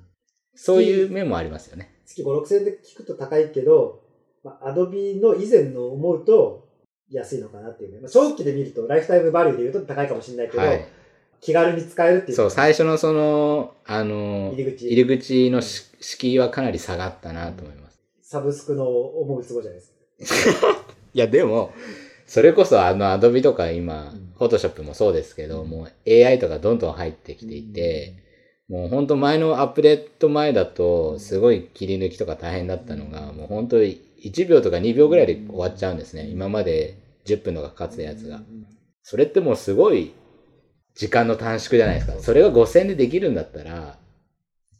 Speaker 2: そういう面もありますよね。
Speaker 1: 月5、6000円で聞くと高いけど、まあ、アドビの以前の思うと安いのかなっていうね。まあ、長期で見ると、ライフタイムバリューで言うと高いかもしれないけど、
Speaker 2: はい。
Speaker 1: 気軽に使えるっていう。
Speaker 2: そう、最初のその、あの、
Speaker 1: 入り口。
Speaker 2: 入り口のし敷居はかなり下がったなと思います。
Speaker 1: サブスクの思うツボじゃないですか。
Speaker 2: いや、でも、それこそあの、アドビとか今
Speaker 1: うん、
Speaker 2: フォトショップもそうですけど、
Speaker 1: うん
Speaker 2: もう AI とかどんどん入ってきていて、もう本当前のアップデート前だと、すごい切り抜きとか大変だったのが、
Speaker 1: うん
Speaker 2: もう本当に1秒とか2秒ぐらいで終わっちゃうんですね。
Speaker 1: うん
Speaker 2: 今まで10分とかかかってたやつ
Speaker 1: う
Speaker 2: が
Speaker 1: ん。。
Speaker 2: それってもうすごい時間の短縮じゃないですか。それが5000円でできるんだったら、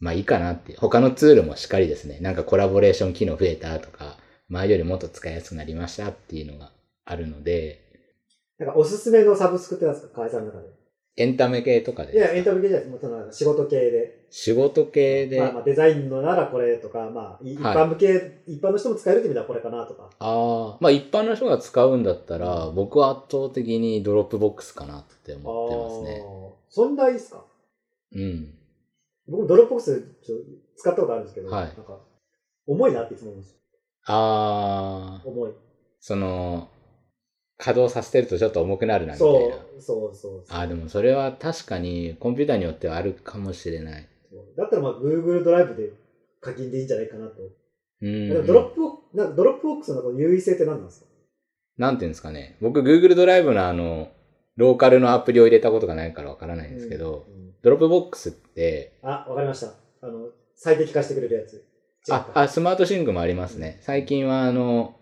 Speaker 2: まあいいかなっていう。他のツールもしっかりですね。なんかコラボレーション機能増えたとか、前よりもっと使いやすくなりましたっていうのがあるので、
Speaker 1: なんかおすすめのサブスクってなんですか河合さんの中で。
Speaker 2: エンタメ系とか
Speaker 1: いや、
Speaker 2: で
Speaker 1: エン
Speaker 2: すか
Speaker 1: タメ系じゃないです。もうその仕事系で。
Speaker 2: 仕事系で、
Speaker 1: まあ、まあデザインのならこれとか、まあ、い一
Speaker 2: はい
Speaker 1: 般向け、一般の人も使えるって意味ではこれかなとか。
Speaker 2: ああ、まあ一般の人が使うんだったら、僕は圧倒的にドロップボックスかなって思ってますね。
Speaker 1: あー。そんないいっすか
Speaker 2: うん。
Speaker 1: 僕もドロップボックスちょっと使ったことあるんですけど、
Speaker 2: はい
Speaker 1: なんか、重いなっていつも思うんですよ。
Speaker 2: ああ、
Speaker 1: 重い。
Speaker 2: その、稼働させてるとちょっと重くなるなみたいな。
Speaker 1: そう、そうそうそう
Speaker 2: あーでもそれは確かにコンピューターによってはあるかもしれない。
Speaker 1: だったらまあ、Google ドライブで課金でいいんじゃないかなと。
Speaker 2: うん
Speaker 1: なんかドロップボなんかドロップボックスのこの優位性って何なんですか
Speaker 2: なんていうんですかね。僕、Google ドライブのあの、ローカルのアプリを入れたことがないからわからないんですけど、
Speaker 1: うんうん
Speaker 2: ドロップボックスって、
Speaker 1: あ、わかりました。あの、最適化してくれるやつ。
Speaker 2: あ、あ、スマートシンクもありますね。最近はあの、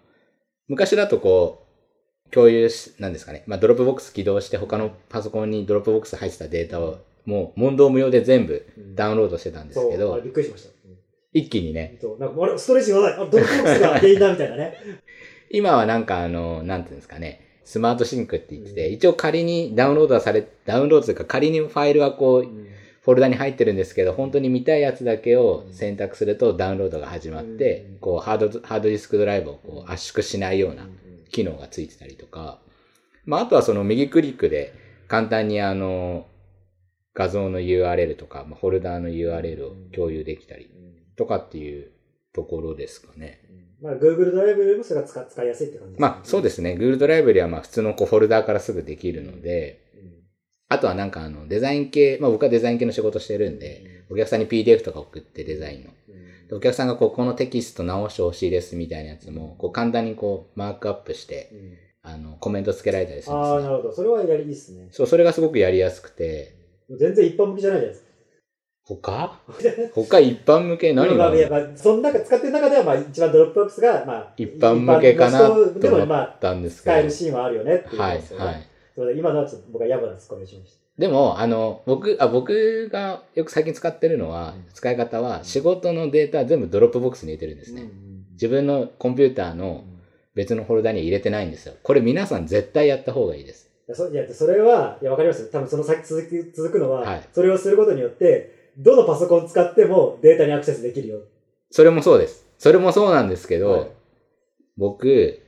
Speaker 2: 昔だとこう、共有し、なんですかね。まあ、ドロップボックス起動して他のパソコンにドロップボックス入ってたデータを、もう問答無用で全部
Speaker 1: うん
Speaker 2: ダウンロードしてたんですけ
Speaker 1: そうあれ
Speaker 2: ど、
Speaker 1: びっくりしました。うん
Speaker 2: 一気にね、
Speaker 1: そうなんか、あれ、ストレージがない。あ、ドロップボックスが原因だみたいな ね。
Speaker 2: 今はなんかあの、なんていうんですかね、スマートシンクって言ってて、
Speaker 1: うん
Speaker 2: 一応仮にダウンロードはされ、ダウンロードというか仮にファイルはこう、フォルダに入ってるんですけど、本当に見たいやつだけを選択するとダウンロードが始まって、
Speaker 1: うん
Speaker 2: こうハード、ハードディスクドライブをこう圧縮しないよう
Speaker 1: う
Speaker 2: なん機能がついてたりとか、まあ、あとはその右クリックで簡単にあの、画像の URL とか、まあ、フォルダの URL を共有できたりとかっていうところですかね。
Speaker 1: まあ、Google ドライブよりもそれが使使いやすいって感じ
Speaker 2: まあ、そうですすね。Google ドライブよりはまあ普通のこうフォルダーからすぐできるので、
Speaker 1: ね。
Speaker 2: あとはなんかあの、デザイン系、まあ僕はデザイン系の仕事してるんで、お客さんに PDF とか送ってデザインの。
Speaker 1: うん、
Speaker 2: でお客さんがこうこのテキスト直してほしいですみたいなやつもこう簡単にこうマークアップして
Speaker 1: うん
Speaker 2: あのコメントつけられたりするん
Speaker 1: ああ、
Speaker 2: です
Speaker 1: な
Speaker 2: ね
Speaker 1: るほど。それはやりいいっすね。
Speaker 2: そうそれがすごくやりやすくて
Speaker 1: 全然一般向きじゃないじゃないですか。
Speaker 2: 他他一般向け何
Speaker 1: ま
Speaker 2: が
Speaker 1: あ
Speaker 2: あ
Speaker 1: いや
Speaker 2: る
Speaker 1: まあ、その中、使ってる中では、まあ、一番ドロップボックスが、まあ、
Speaker 2: 一般向けかな
Speaker 1: 一般の人で
Speaker 2: と
Speaker 1: も、
Speaker 2: 思
Speaker 1: ま
Speaker 2: っ
Speaker 1: あ、
Speaker 2: たんですけ
Speaker 1: 使
Speaker 2: ど
Speaker 1: えるシーンはあるよねっていうこ
Speaker 2: は
Speaker 1: と
Speaker 2: い
Speaker 1: ですよね。
Speaker 2: はい
Speaker 1: それで今のはちょっと僕は野暮なツッコミをしまし
Speaker 2: でもあの僕あ僕がよく最近使ってるのは
Speaker 1: うん
Speaker 2: 使い方は仕事のデータ全部ドロップボックスに入れてるんで
Speaker 1: た。
Speaker 2: すね
Speaker 1: うん
Speaker 2: 自分のコンピューター
Speaker 1: う
Speaker 2: の
Speaker 1: ん
Speaker 2: 別のフォルダに入れてないんですよこれ皆さん絶対やった方がいいです
Speaker 1: いやそいやそれは、いや、わかりますよ。多分その先続く続くのは、
Speaker 2: はい
Speaker 1: それをすることによって、どのパソコンを使ってもデータにアクセスできるよ。
Speaker 2: それもそうですそれもそうなんですけど、
Speaker 1: はい
Speaker 2: 僕、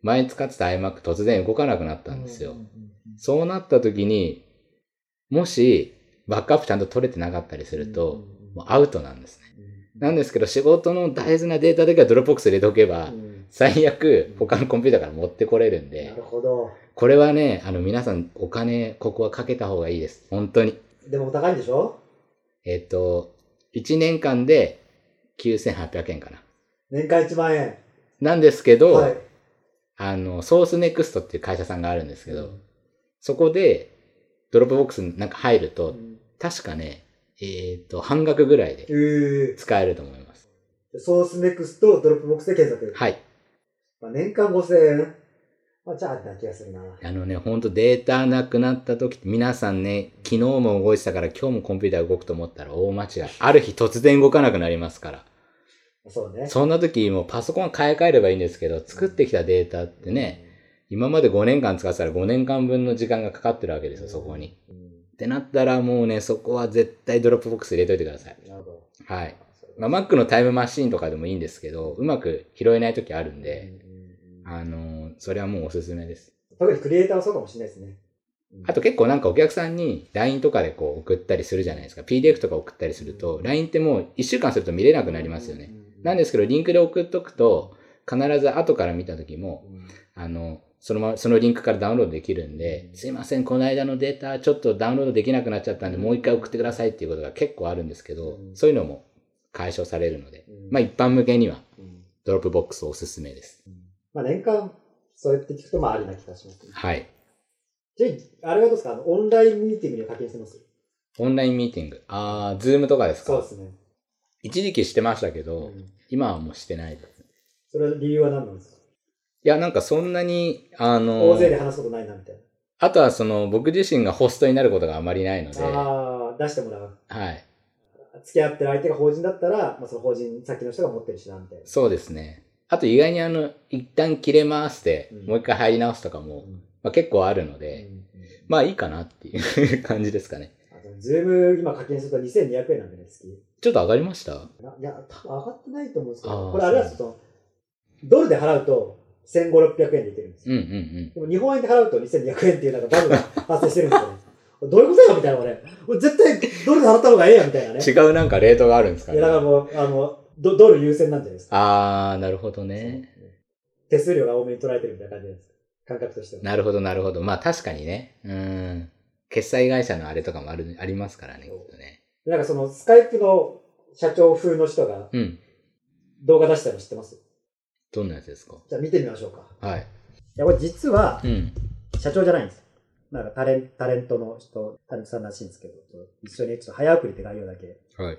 Speaker 2: 前使ってた iMac 突然動かなくなったんですよ。
Speaker 1: ううんうん
Speaker 2: そうなった時に、もし、バックアップちゃんと取れてなかったりする
Speaker 1: うん
Speaker 2: と、
Speaker 1: うんうん
Speaker 2: もうアウトなんですね。
Speaker 1: うん
Speaker 2: なんですけど、仕事の大事なデータだけはドロップボックス入れとけば
Speaker 1: う、ん
Speaker 2: 最悪、他のコンピューターから持ってこれるん
Speaker 1: な
Speaker 2: で
Speaker 1: る、ほど。
Speaker 2: これはね、あの、皆さん、お金、ここはかけた方がいいです。本当に。
Speaker 1: でもお高いんでしょ
Speaker 2: えっと、1年間で9800円かな。
Speaker 1: 年間1万円。
Speaker 2: なんですけど、
Speaker 1: はい。
Speaker 2: あの、ソースネクストっていう会社さんがあるんですけど、そこで、ドロップボックスなんか入る
Speaker 1: う
Speaker 2: と、
Speaker 1: ん
Speaker 2: 確かね、えっ、と、半額ぐらい
Speaker 1: え
Speaker 2: で
Speaker 1: ー
Speaker 2: 使えると思います。
Speaker 1: ソースネクストドロップボックスで検索。
Speaker 2: はい。
Speaker 1: まあ、年間5000円。まあ、じゃああった気がするな。
Speaker 2: あのね、ほんとデータなくなった時って皆さんね、昨日も動いてたから今日もコンピューター動くと思ったら大間違い。ある日突然動かなくなりますから。
Speaker 1: そうね。
Speaker 2: そんな時もうパソコン買い替えればいいんですけど、作ってきたデータってね、今まで5年間使ってたら5年間分の時間がかかってるわけですよ、そこに。
Speaker 1: うん。
Speaker 2: ってなったらもうね、そこは絶対ドロップボックス入れといてください。
Speaker 1: なるほど。
Speaker 2: はい。まあ、Mac のタイムマシーンとかでもいいんですけど、うまく拾えない時あるんで、
Speaker 1: うんうんうん
Speaker 2: あのーそれはもうおすすめです。
Speaker 1: 特にクリエイターはそうかもしれないですね。うん
Speaker 2: あと、結構なんかお客さんに LINE とかでこう送ったりするじゃないですか。PDF とか送ったりすると、LINE ってもう1週間すると見れなくなりますよね。。なんですけど、リンクで送っとくと、必ず後から見た時も、
Speaker 1: うん
Speaker 2: あの、そのまま、そのリンクからダウンロードできるんで、すいません、この間のデータちょっとダウンロードできなくなっちゃったんで、もう一回送ってくださいっていうことが結構あるんですけど、そういうのも解消されるので、まあ一般向けには
Speaker 1: うん
Speaker 2: ドロップボックスおすすめです。
Speaker 1: まあ、年間、そうやって聞くと、まあ、ありな気がします。
Speaker 2: はい。
Speaker 1: じゃあ、あれはどうですかあのオンラインミーティングには課金してます
Speaker 2: オンラインミーティング。あー、ズームとかですか
Speaker 1: そうですね。
Speaker 2: 一時期してましたけど、
Speaker 1: うん
Speaker 2: 今はもうしてないです。い
Speaker 1: それは理由は何なんですか
Speaker 2: や、なんかそんなに、あの
Speaker 1: 大、勢で話すことないな、みたい
Speaker 2: あとはその、僕自身がホストになることがあまりないので、
Speaker 1: な。
Speaker 2: は
Speaker 1: ああ、出してもらう。
Speaker 2: い。
Speaker 1: 付き合ってる相手が法人だったら、まあ、その法人先の人が持ってるしな、みたいな。
Speaker 2: そうですね。あと意外にあの、一旦切れますで、
Speaker 1: うん
Speaker 2: もう一回入り直すとか
Speaker 1: う
Speaker 2: も、
Speaker 1: ん
Speaker 2: まあ、結構あるので、まあいいかなっていう感じですかね。
Speaker 1: あとズーム今課金すると2200円なんでね、月。
Speaker 2: ちょっと上がりました
Speaker 1: ないや、多分上がってないと思うんですけ
Speaker 2: あ
Speaker 1: ど、
Speaker 2: ー
Speaker 1: これあれなんですよ、そのドルで払うと1500、600円でいけるんです
Speaker 2: うん
Speaker 1: よ。
Speaker 2: うんうん。
Speaker 1: でも日本円で払うと2200円っていうなんかバブが発生してるんですよね。 これどういうことやみたいな、俺。俺絶対ドルで払った方がええやんみたいなね。
Speaker 2: 違うなんかレートがあるんですか
Speaker 1: い
Speaker 2: ね
Speaker 1: や、だからもう、あの、ドドル優先なんじゃないですか。
Speaker 2: あー、なるほどね。
Speaker 1: 手数料が多めに取られてるみたいな感じなんですか。感覚としては。
Speaker 2: なるほど、なるほど。まあ確かにね。うん。決済会社のあれとかもある、ありますからね、きっとね。
Speaker 1: なんかそのスカイプの社長風の人が、
Speaker 2: うん。
Speaker 1: 動画出したの知ってます
Speaker 2: どんなやつですか
Speaker 1: じゃあ見てみましょうか。
Speaker 2: はい。
Speaker 1: いや、これ実は、
Speaker 2: うん。
Speaker 1: 社長じゃないんですよ。なんかタレンタレントの人、タレントさんらしいんですけど、一緒にちょっと早送りって概要だけ。
Speaker 2: はい。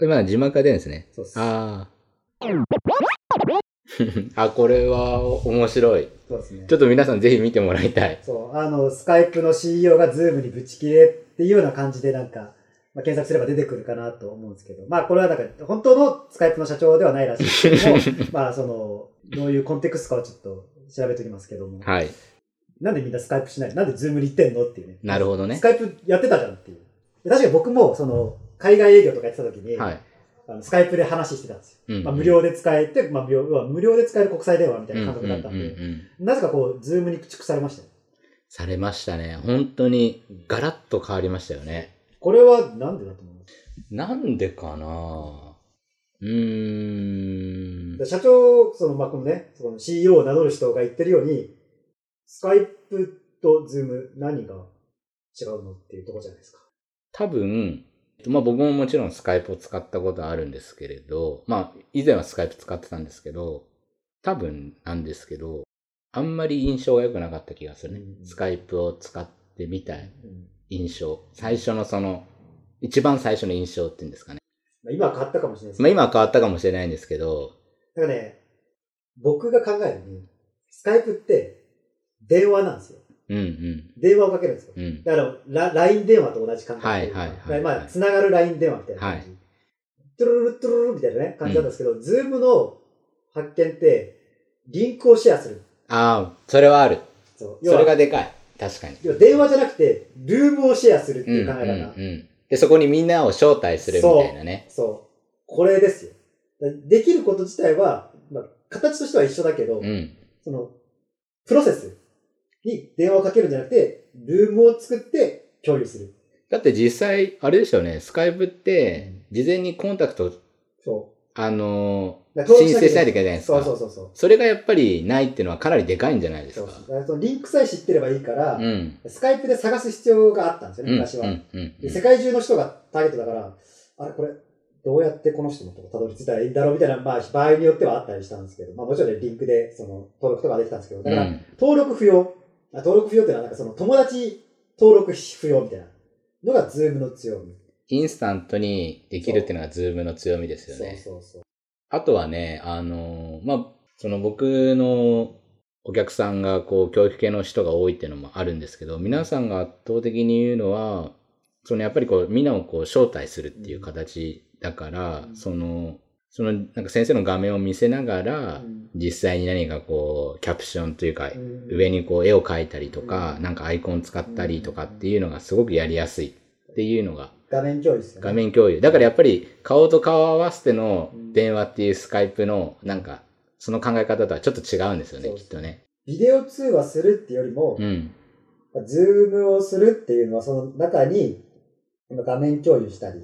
Speaker 2: 今、字幕が出るんですね。
Speaker 1: そうっす。
Speaker 2: あ あ。あ、これは面白い。
Speaker 1: そうですね
Speaker 2: ちょ。っと皆さんぜひ見てもらいたい。
Speaker 1: そう、あの、スカイプの CEO がズームにぶち切れっていうような感じでなんか、まあ、検索すれば出てくるかなと思うんですけど、まあこれはなんか本当のスカイプの社長ではないらしいですけ ども、まあその、どういうコンテクストかをちょっと調べておきますけども、
Speaker 2: はい。
Speaker 1: なんでみんなスカイプしないなんでズームに行ってんのっていうね。
Speaker 2: なるほどね
Speaker 1: ス。カイプやってたじゃんっていう。で確かに僕もその、海外営業とかやってた時に、
Speaker 2: はい。
Speaker 1: あのスカイプで話してたんですよ。
Speaker 2: うん
Speaker 1: まあ、無料で使えて、まあ、無料要は無料で使える国際電話みたいな感覚だったんで、
Speaker 2: うんうんうんうん
Speaker 1: なぜかこう、ズームに駆逐されましたね。
Speaker 2: されましたね。本当にガラッと変わりましたよね。
Speaker 1: これはなんでだと思います
Speaker 2: なんでかなうーん
Speaker 1: で。社長、その、まあ、このね、その CEO を名乗る人が言ってるように、スカイプとズーム何が違うのっていうところじゃないですか。
Speaker 2: 多分、まあ僕ももちろんスカイプを使ったことはあるんですけれど、まあ以前はスカイプ使ってたんですけど、多分なんですけど、あんまり印象が良くなかった気がするね
Speaker 1: うんう。ん
Speaker 2: スカイプを使ってみたい
Speaker 1: うん
Speaker 2: 印象。最初のその、一番最初の印象っていうんですかね。
Speaker 1: まあ、今は変わったかもしれないです
Speaker 2: まあ
Speaker 1: けど。
Speaker 2: 今は変わったかもしれないんですけど、
Speaker 1: だからね、僕が考えるに、スカイプって電話なんですよ。
Speaker 2: うんうん。
Speaker 1: 電話をかけるんですよ。
Speaker 2: うん。
Speaker 1: だからラ、LINE 電話と同じ感覚
Speaker 2: はい
Speaker 1: とうか
Speaker 2: はいはいはい
Speaker 1: まあ、つながる LINE 電話みたいな感じ。トゥルルルトゥルルルみたいなね、感じだったんですけど、ズームの発見って、リンクをシェアする。
Speaker 2: ああ、それはある。
Speaker 1: そう要
Speaker 2: そ
Speaker 1: は
Speaker 2: れがでかい。確かに。
Speaker 1: 要は電話じゃなくて、ルームをシェアするって
Speaker 2: うん
Speaker 1: いう
Speaker 2: うん
Speaker 1: 考え方。
Speaker 2: うん。で、そこにみんなを招待するみたいなね。
Speaker 1: そう。これですよ。できること自体は、まあ、形としては一緒だけど、
Speaker 2: うん。
Speaker 1: その、プロセスに電話をかけるんじゃなくて、ルームを作って共有する。
Speaker 2: だって実際、あれですよね、スカイプって、事前にコンタクト、
Speaker 1: そ
Speaker 2: あの
Speaker 1: う。だ
Speaker 2: ー
Speaker 1: から
Speaker 2: 申請しないといけないじゃないです
Speaker 1: そう
Speaker 2: か。
Speaker 1: そうそうそう。
Speaker 2: それがやっぱりないっていうのはかなりでかいんじゃないです
Speaker 1: そう
Speaker 2: か。
Speaker 1: そうだからそのリンクさえ知ってればいいから、
Speaker 2: うん。
Speaker 1: スカイプで探す必要があったんですよ
Speaker 2: う
Speaker 1: ね、
Speaker 2: ん。
Speaker 1: 昔は。
Speaker 2: うん。うん
Speaker 1: で世界中の人がターゲットだから、あれこれ、どうやってこの人のとこたどり着いたらいいんだろうみたいな、まあ、場合によってはあったりしたんですけど、まあ、もちろんねリンクで、その、登録とかできたんですけど、だから、登録不要。あ登録不要っていうのは、なんかその、友達登録不要みたいなのが、ズームの強み。
Speaker 2: インスタントにできるっていうのがズームの強みですよね。
Speaker 1: そうそうそう。
Speaker 2: あとはね、あのーまあ、その僕のお客さんがこう教育系の人が多いっていうのもあるんですけど、皆さんが圧倒的に言うのは、そのやっぱりこうみんなをこう招待するっていう形だから、
Speaker 1: うん
Speaker 2: その、そのなんか先生の画面を見せなが
Speaker 1: う
Speaker 2: ら、
Speaker 1: ん
Speaker 2: 実際に何かこうキャプションというか、
Speaker 1: うん
Speaker 2: 上にこう絵を描いたりとか、
Speaker 1: うん
Speaker 2: なんかアイコン使ったりとかっていうのがすごくやりやすいっていうのが
Speaker 1: 画面共有ですよね。
Speaker 2: 画面共有。だからやっぱり顔と顔を合わせての電話っていうスカイプのなんか、その考え方とはちょっと違うんですよね、
Speaker 1: そう
Speaker 2: きっとね。
Speaker 1: ビデオ通話するっていうよりも、
Speaker 2: うん。
Speaker 1: ズームをするっていうのは、その中に、画面共有したり、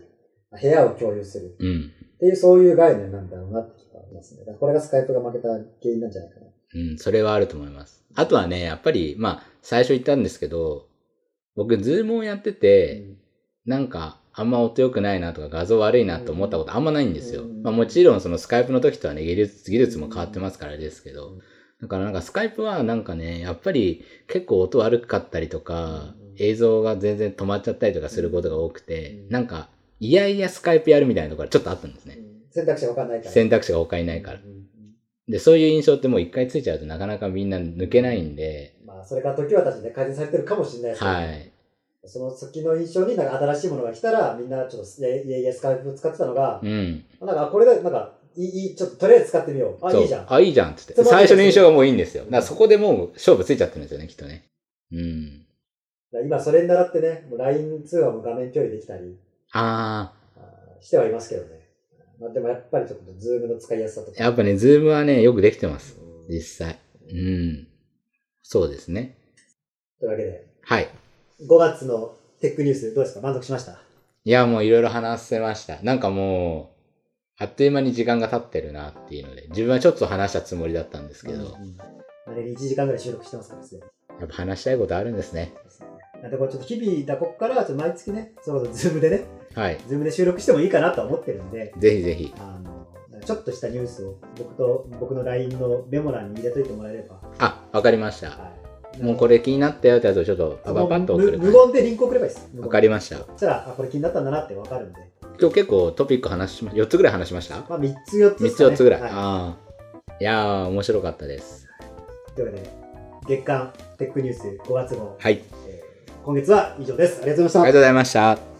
Speaker 1: 部屋を共有する
Speaker 2: うん。
Speaker 1: っていう、そういう概念なんだろうなって気がしますね。だからこれがスカイプが負けた原因なんじゃないかな。
Speaker 2: うん、それはあると思います。あとはね、やっぱり、まあ、最初言ったんですけど、僕、ズームをやってて、なんか、あんま音良くないなとか画像悪いなと思ったことあんまないんですよ。
Speaker 1: うん
Speaker 2: まあもちろんそのスカイプの時とはね、技術、技術も変わってますからあれですけ
Speaker 1: う
Speaker 2: ど
Speaker 1: ん。
Speaker 2: だからなんかスカイプはなんかね、やっぱり結構音悪かったりとか
Speaker 1: うん、
Speaker 2: 映像が全然止まっちゃったりとかすることが多くて
Speaker 1: う、ん
Speaker 2: なんか、いやいやスカイプやるみたいなところがちょっとあったんですね。
Speaker 1: うん選択肢がわかんないから。
Speaker 2: 選択肢が他にないから
Speaker 1: う。んうん
Speaker 2: で、そういう印象ってもう一回ついちゃうとなかなかみんな抜けないんで、
Speaker 1: まあ、それから時は経ちで改善されてるかもしれないですけど、
Speaker 2: はい。
Speaker 1: その先の印象になんか新しいものが来たら、みんなちょっと、いやいやいや、スカイプ使ってたのが、
Speaker 2: うん。
Speaker 1: なんか、あこれで、なんか、いいいい、ちょっととりあえず使ってみよう。あ、
Speaker 2: そう
Speaker 1: いいじゃん。
Speaker 2: あ、いいじゃんっつって。
Speaker 1: つまんない
Speaker 2: 最
Speaker 1: です
Speaker 2: 初の印象がもういいんですよ。だからそこでもう勝負ついちゃってるんですよね、きっとね。うん。
Speaker 1: 今、それに習ってね、もう LINE 通話も画面共有できたり、
Speaker 2: あ
Speaker 1: あーしてはいますけどね。まあ、でもやっぱりちょっと、ズームの使いやすさと
Speaker 2: ー、
Speaker 1: か。
Speaker 2: やっぱね、ズームはね、よくできてます。
Speaker 1: うん
Speaker 2: 実際。うん。そうですね。
Speaker 1: というわけで、
Speaker 2: はい。
Speaker 1: 5月のテックニュース、どうですか満足しました
Speaker 2: いや、もういろいろ話せました。なんかもう、あっという間に時間が経ってるなっていうので、自分はちょっと話したつもりだったんですけど、
Speaker 1: あれ1時間ぐらい収録してますからですね。
Speaker 2: やっぱ話したいことあるんですね。
Speaker 1: なんでこれちょっと日々だこっからちょっと毎月ね、そろそろズームでね、
Speaker 2: はい。
Speaker 1: ズームで収録してもいいかなとは思ってるんで、
Speaker 2: ぜひぜひ。
Speaker 1: あのちょっとしたニュースを僕と僕の LINE のメモ欄に入れといてもらえれば、
Speaker 2: あ、わかりました。
Speaker 1: はい、
Speaker 2: もうこれ気になったよってやつをちょっとパパパッと送る
Speaker 1: 無無言でリンク送ればいいです
Speaker 2: わかり
Speaker 1: ま
Speaker 2: ました。
Speaker 1: したらあこれ気になったんだなってわかるんで、
Speaker 2: 今日結構トピック話しま、4つぐらい話しました
Speaker 1: まあ、3つ4つで
Speaker 2: ?3
Speaker 1: す
Speaker 2: つ
Speaker 1: かね
Speaker 2: 4つぐらい。
Speaker 1: は
Speaker 2: ああ。いやー、面白かったです。
Speaker 1: というわけで月刊テックニュース5月号、
Speaker 2: はい。あり
Speaker 1: えー今月は以上ですありがとうございました
Speaker 2: がとうございました。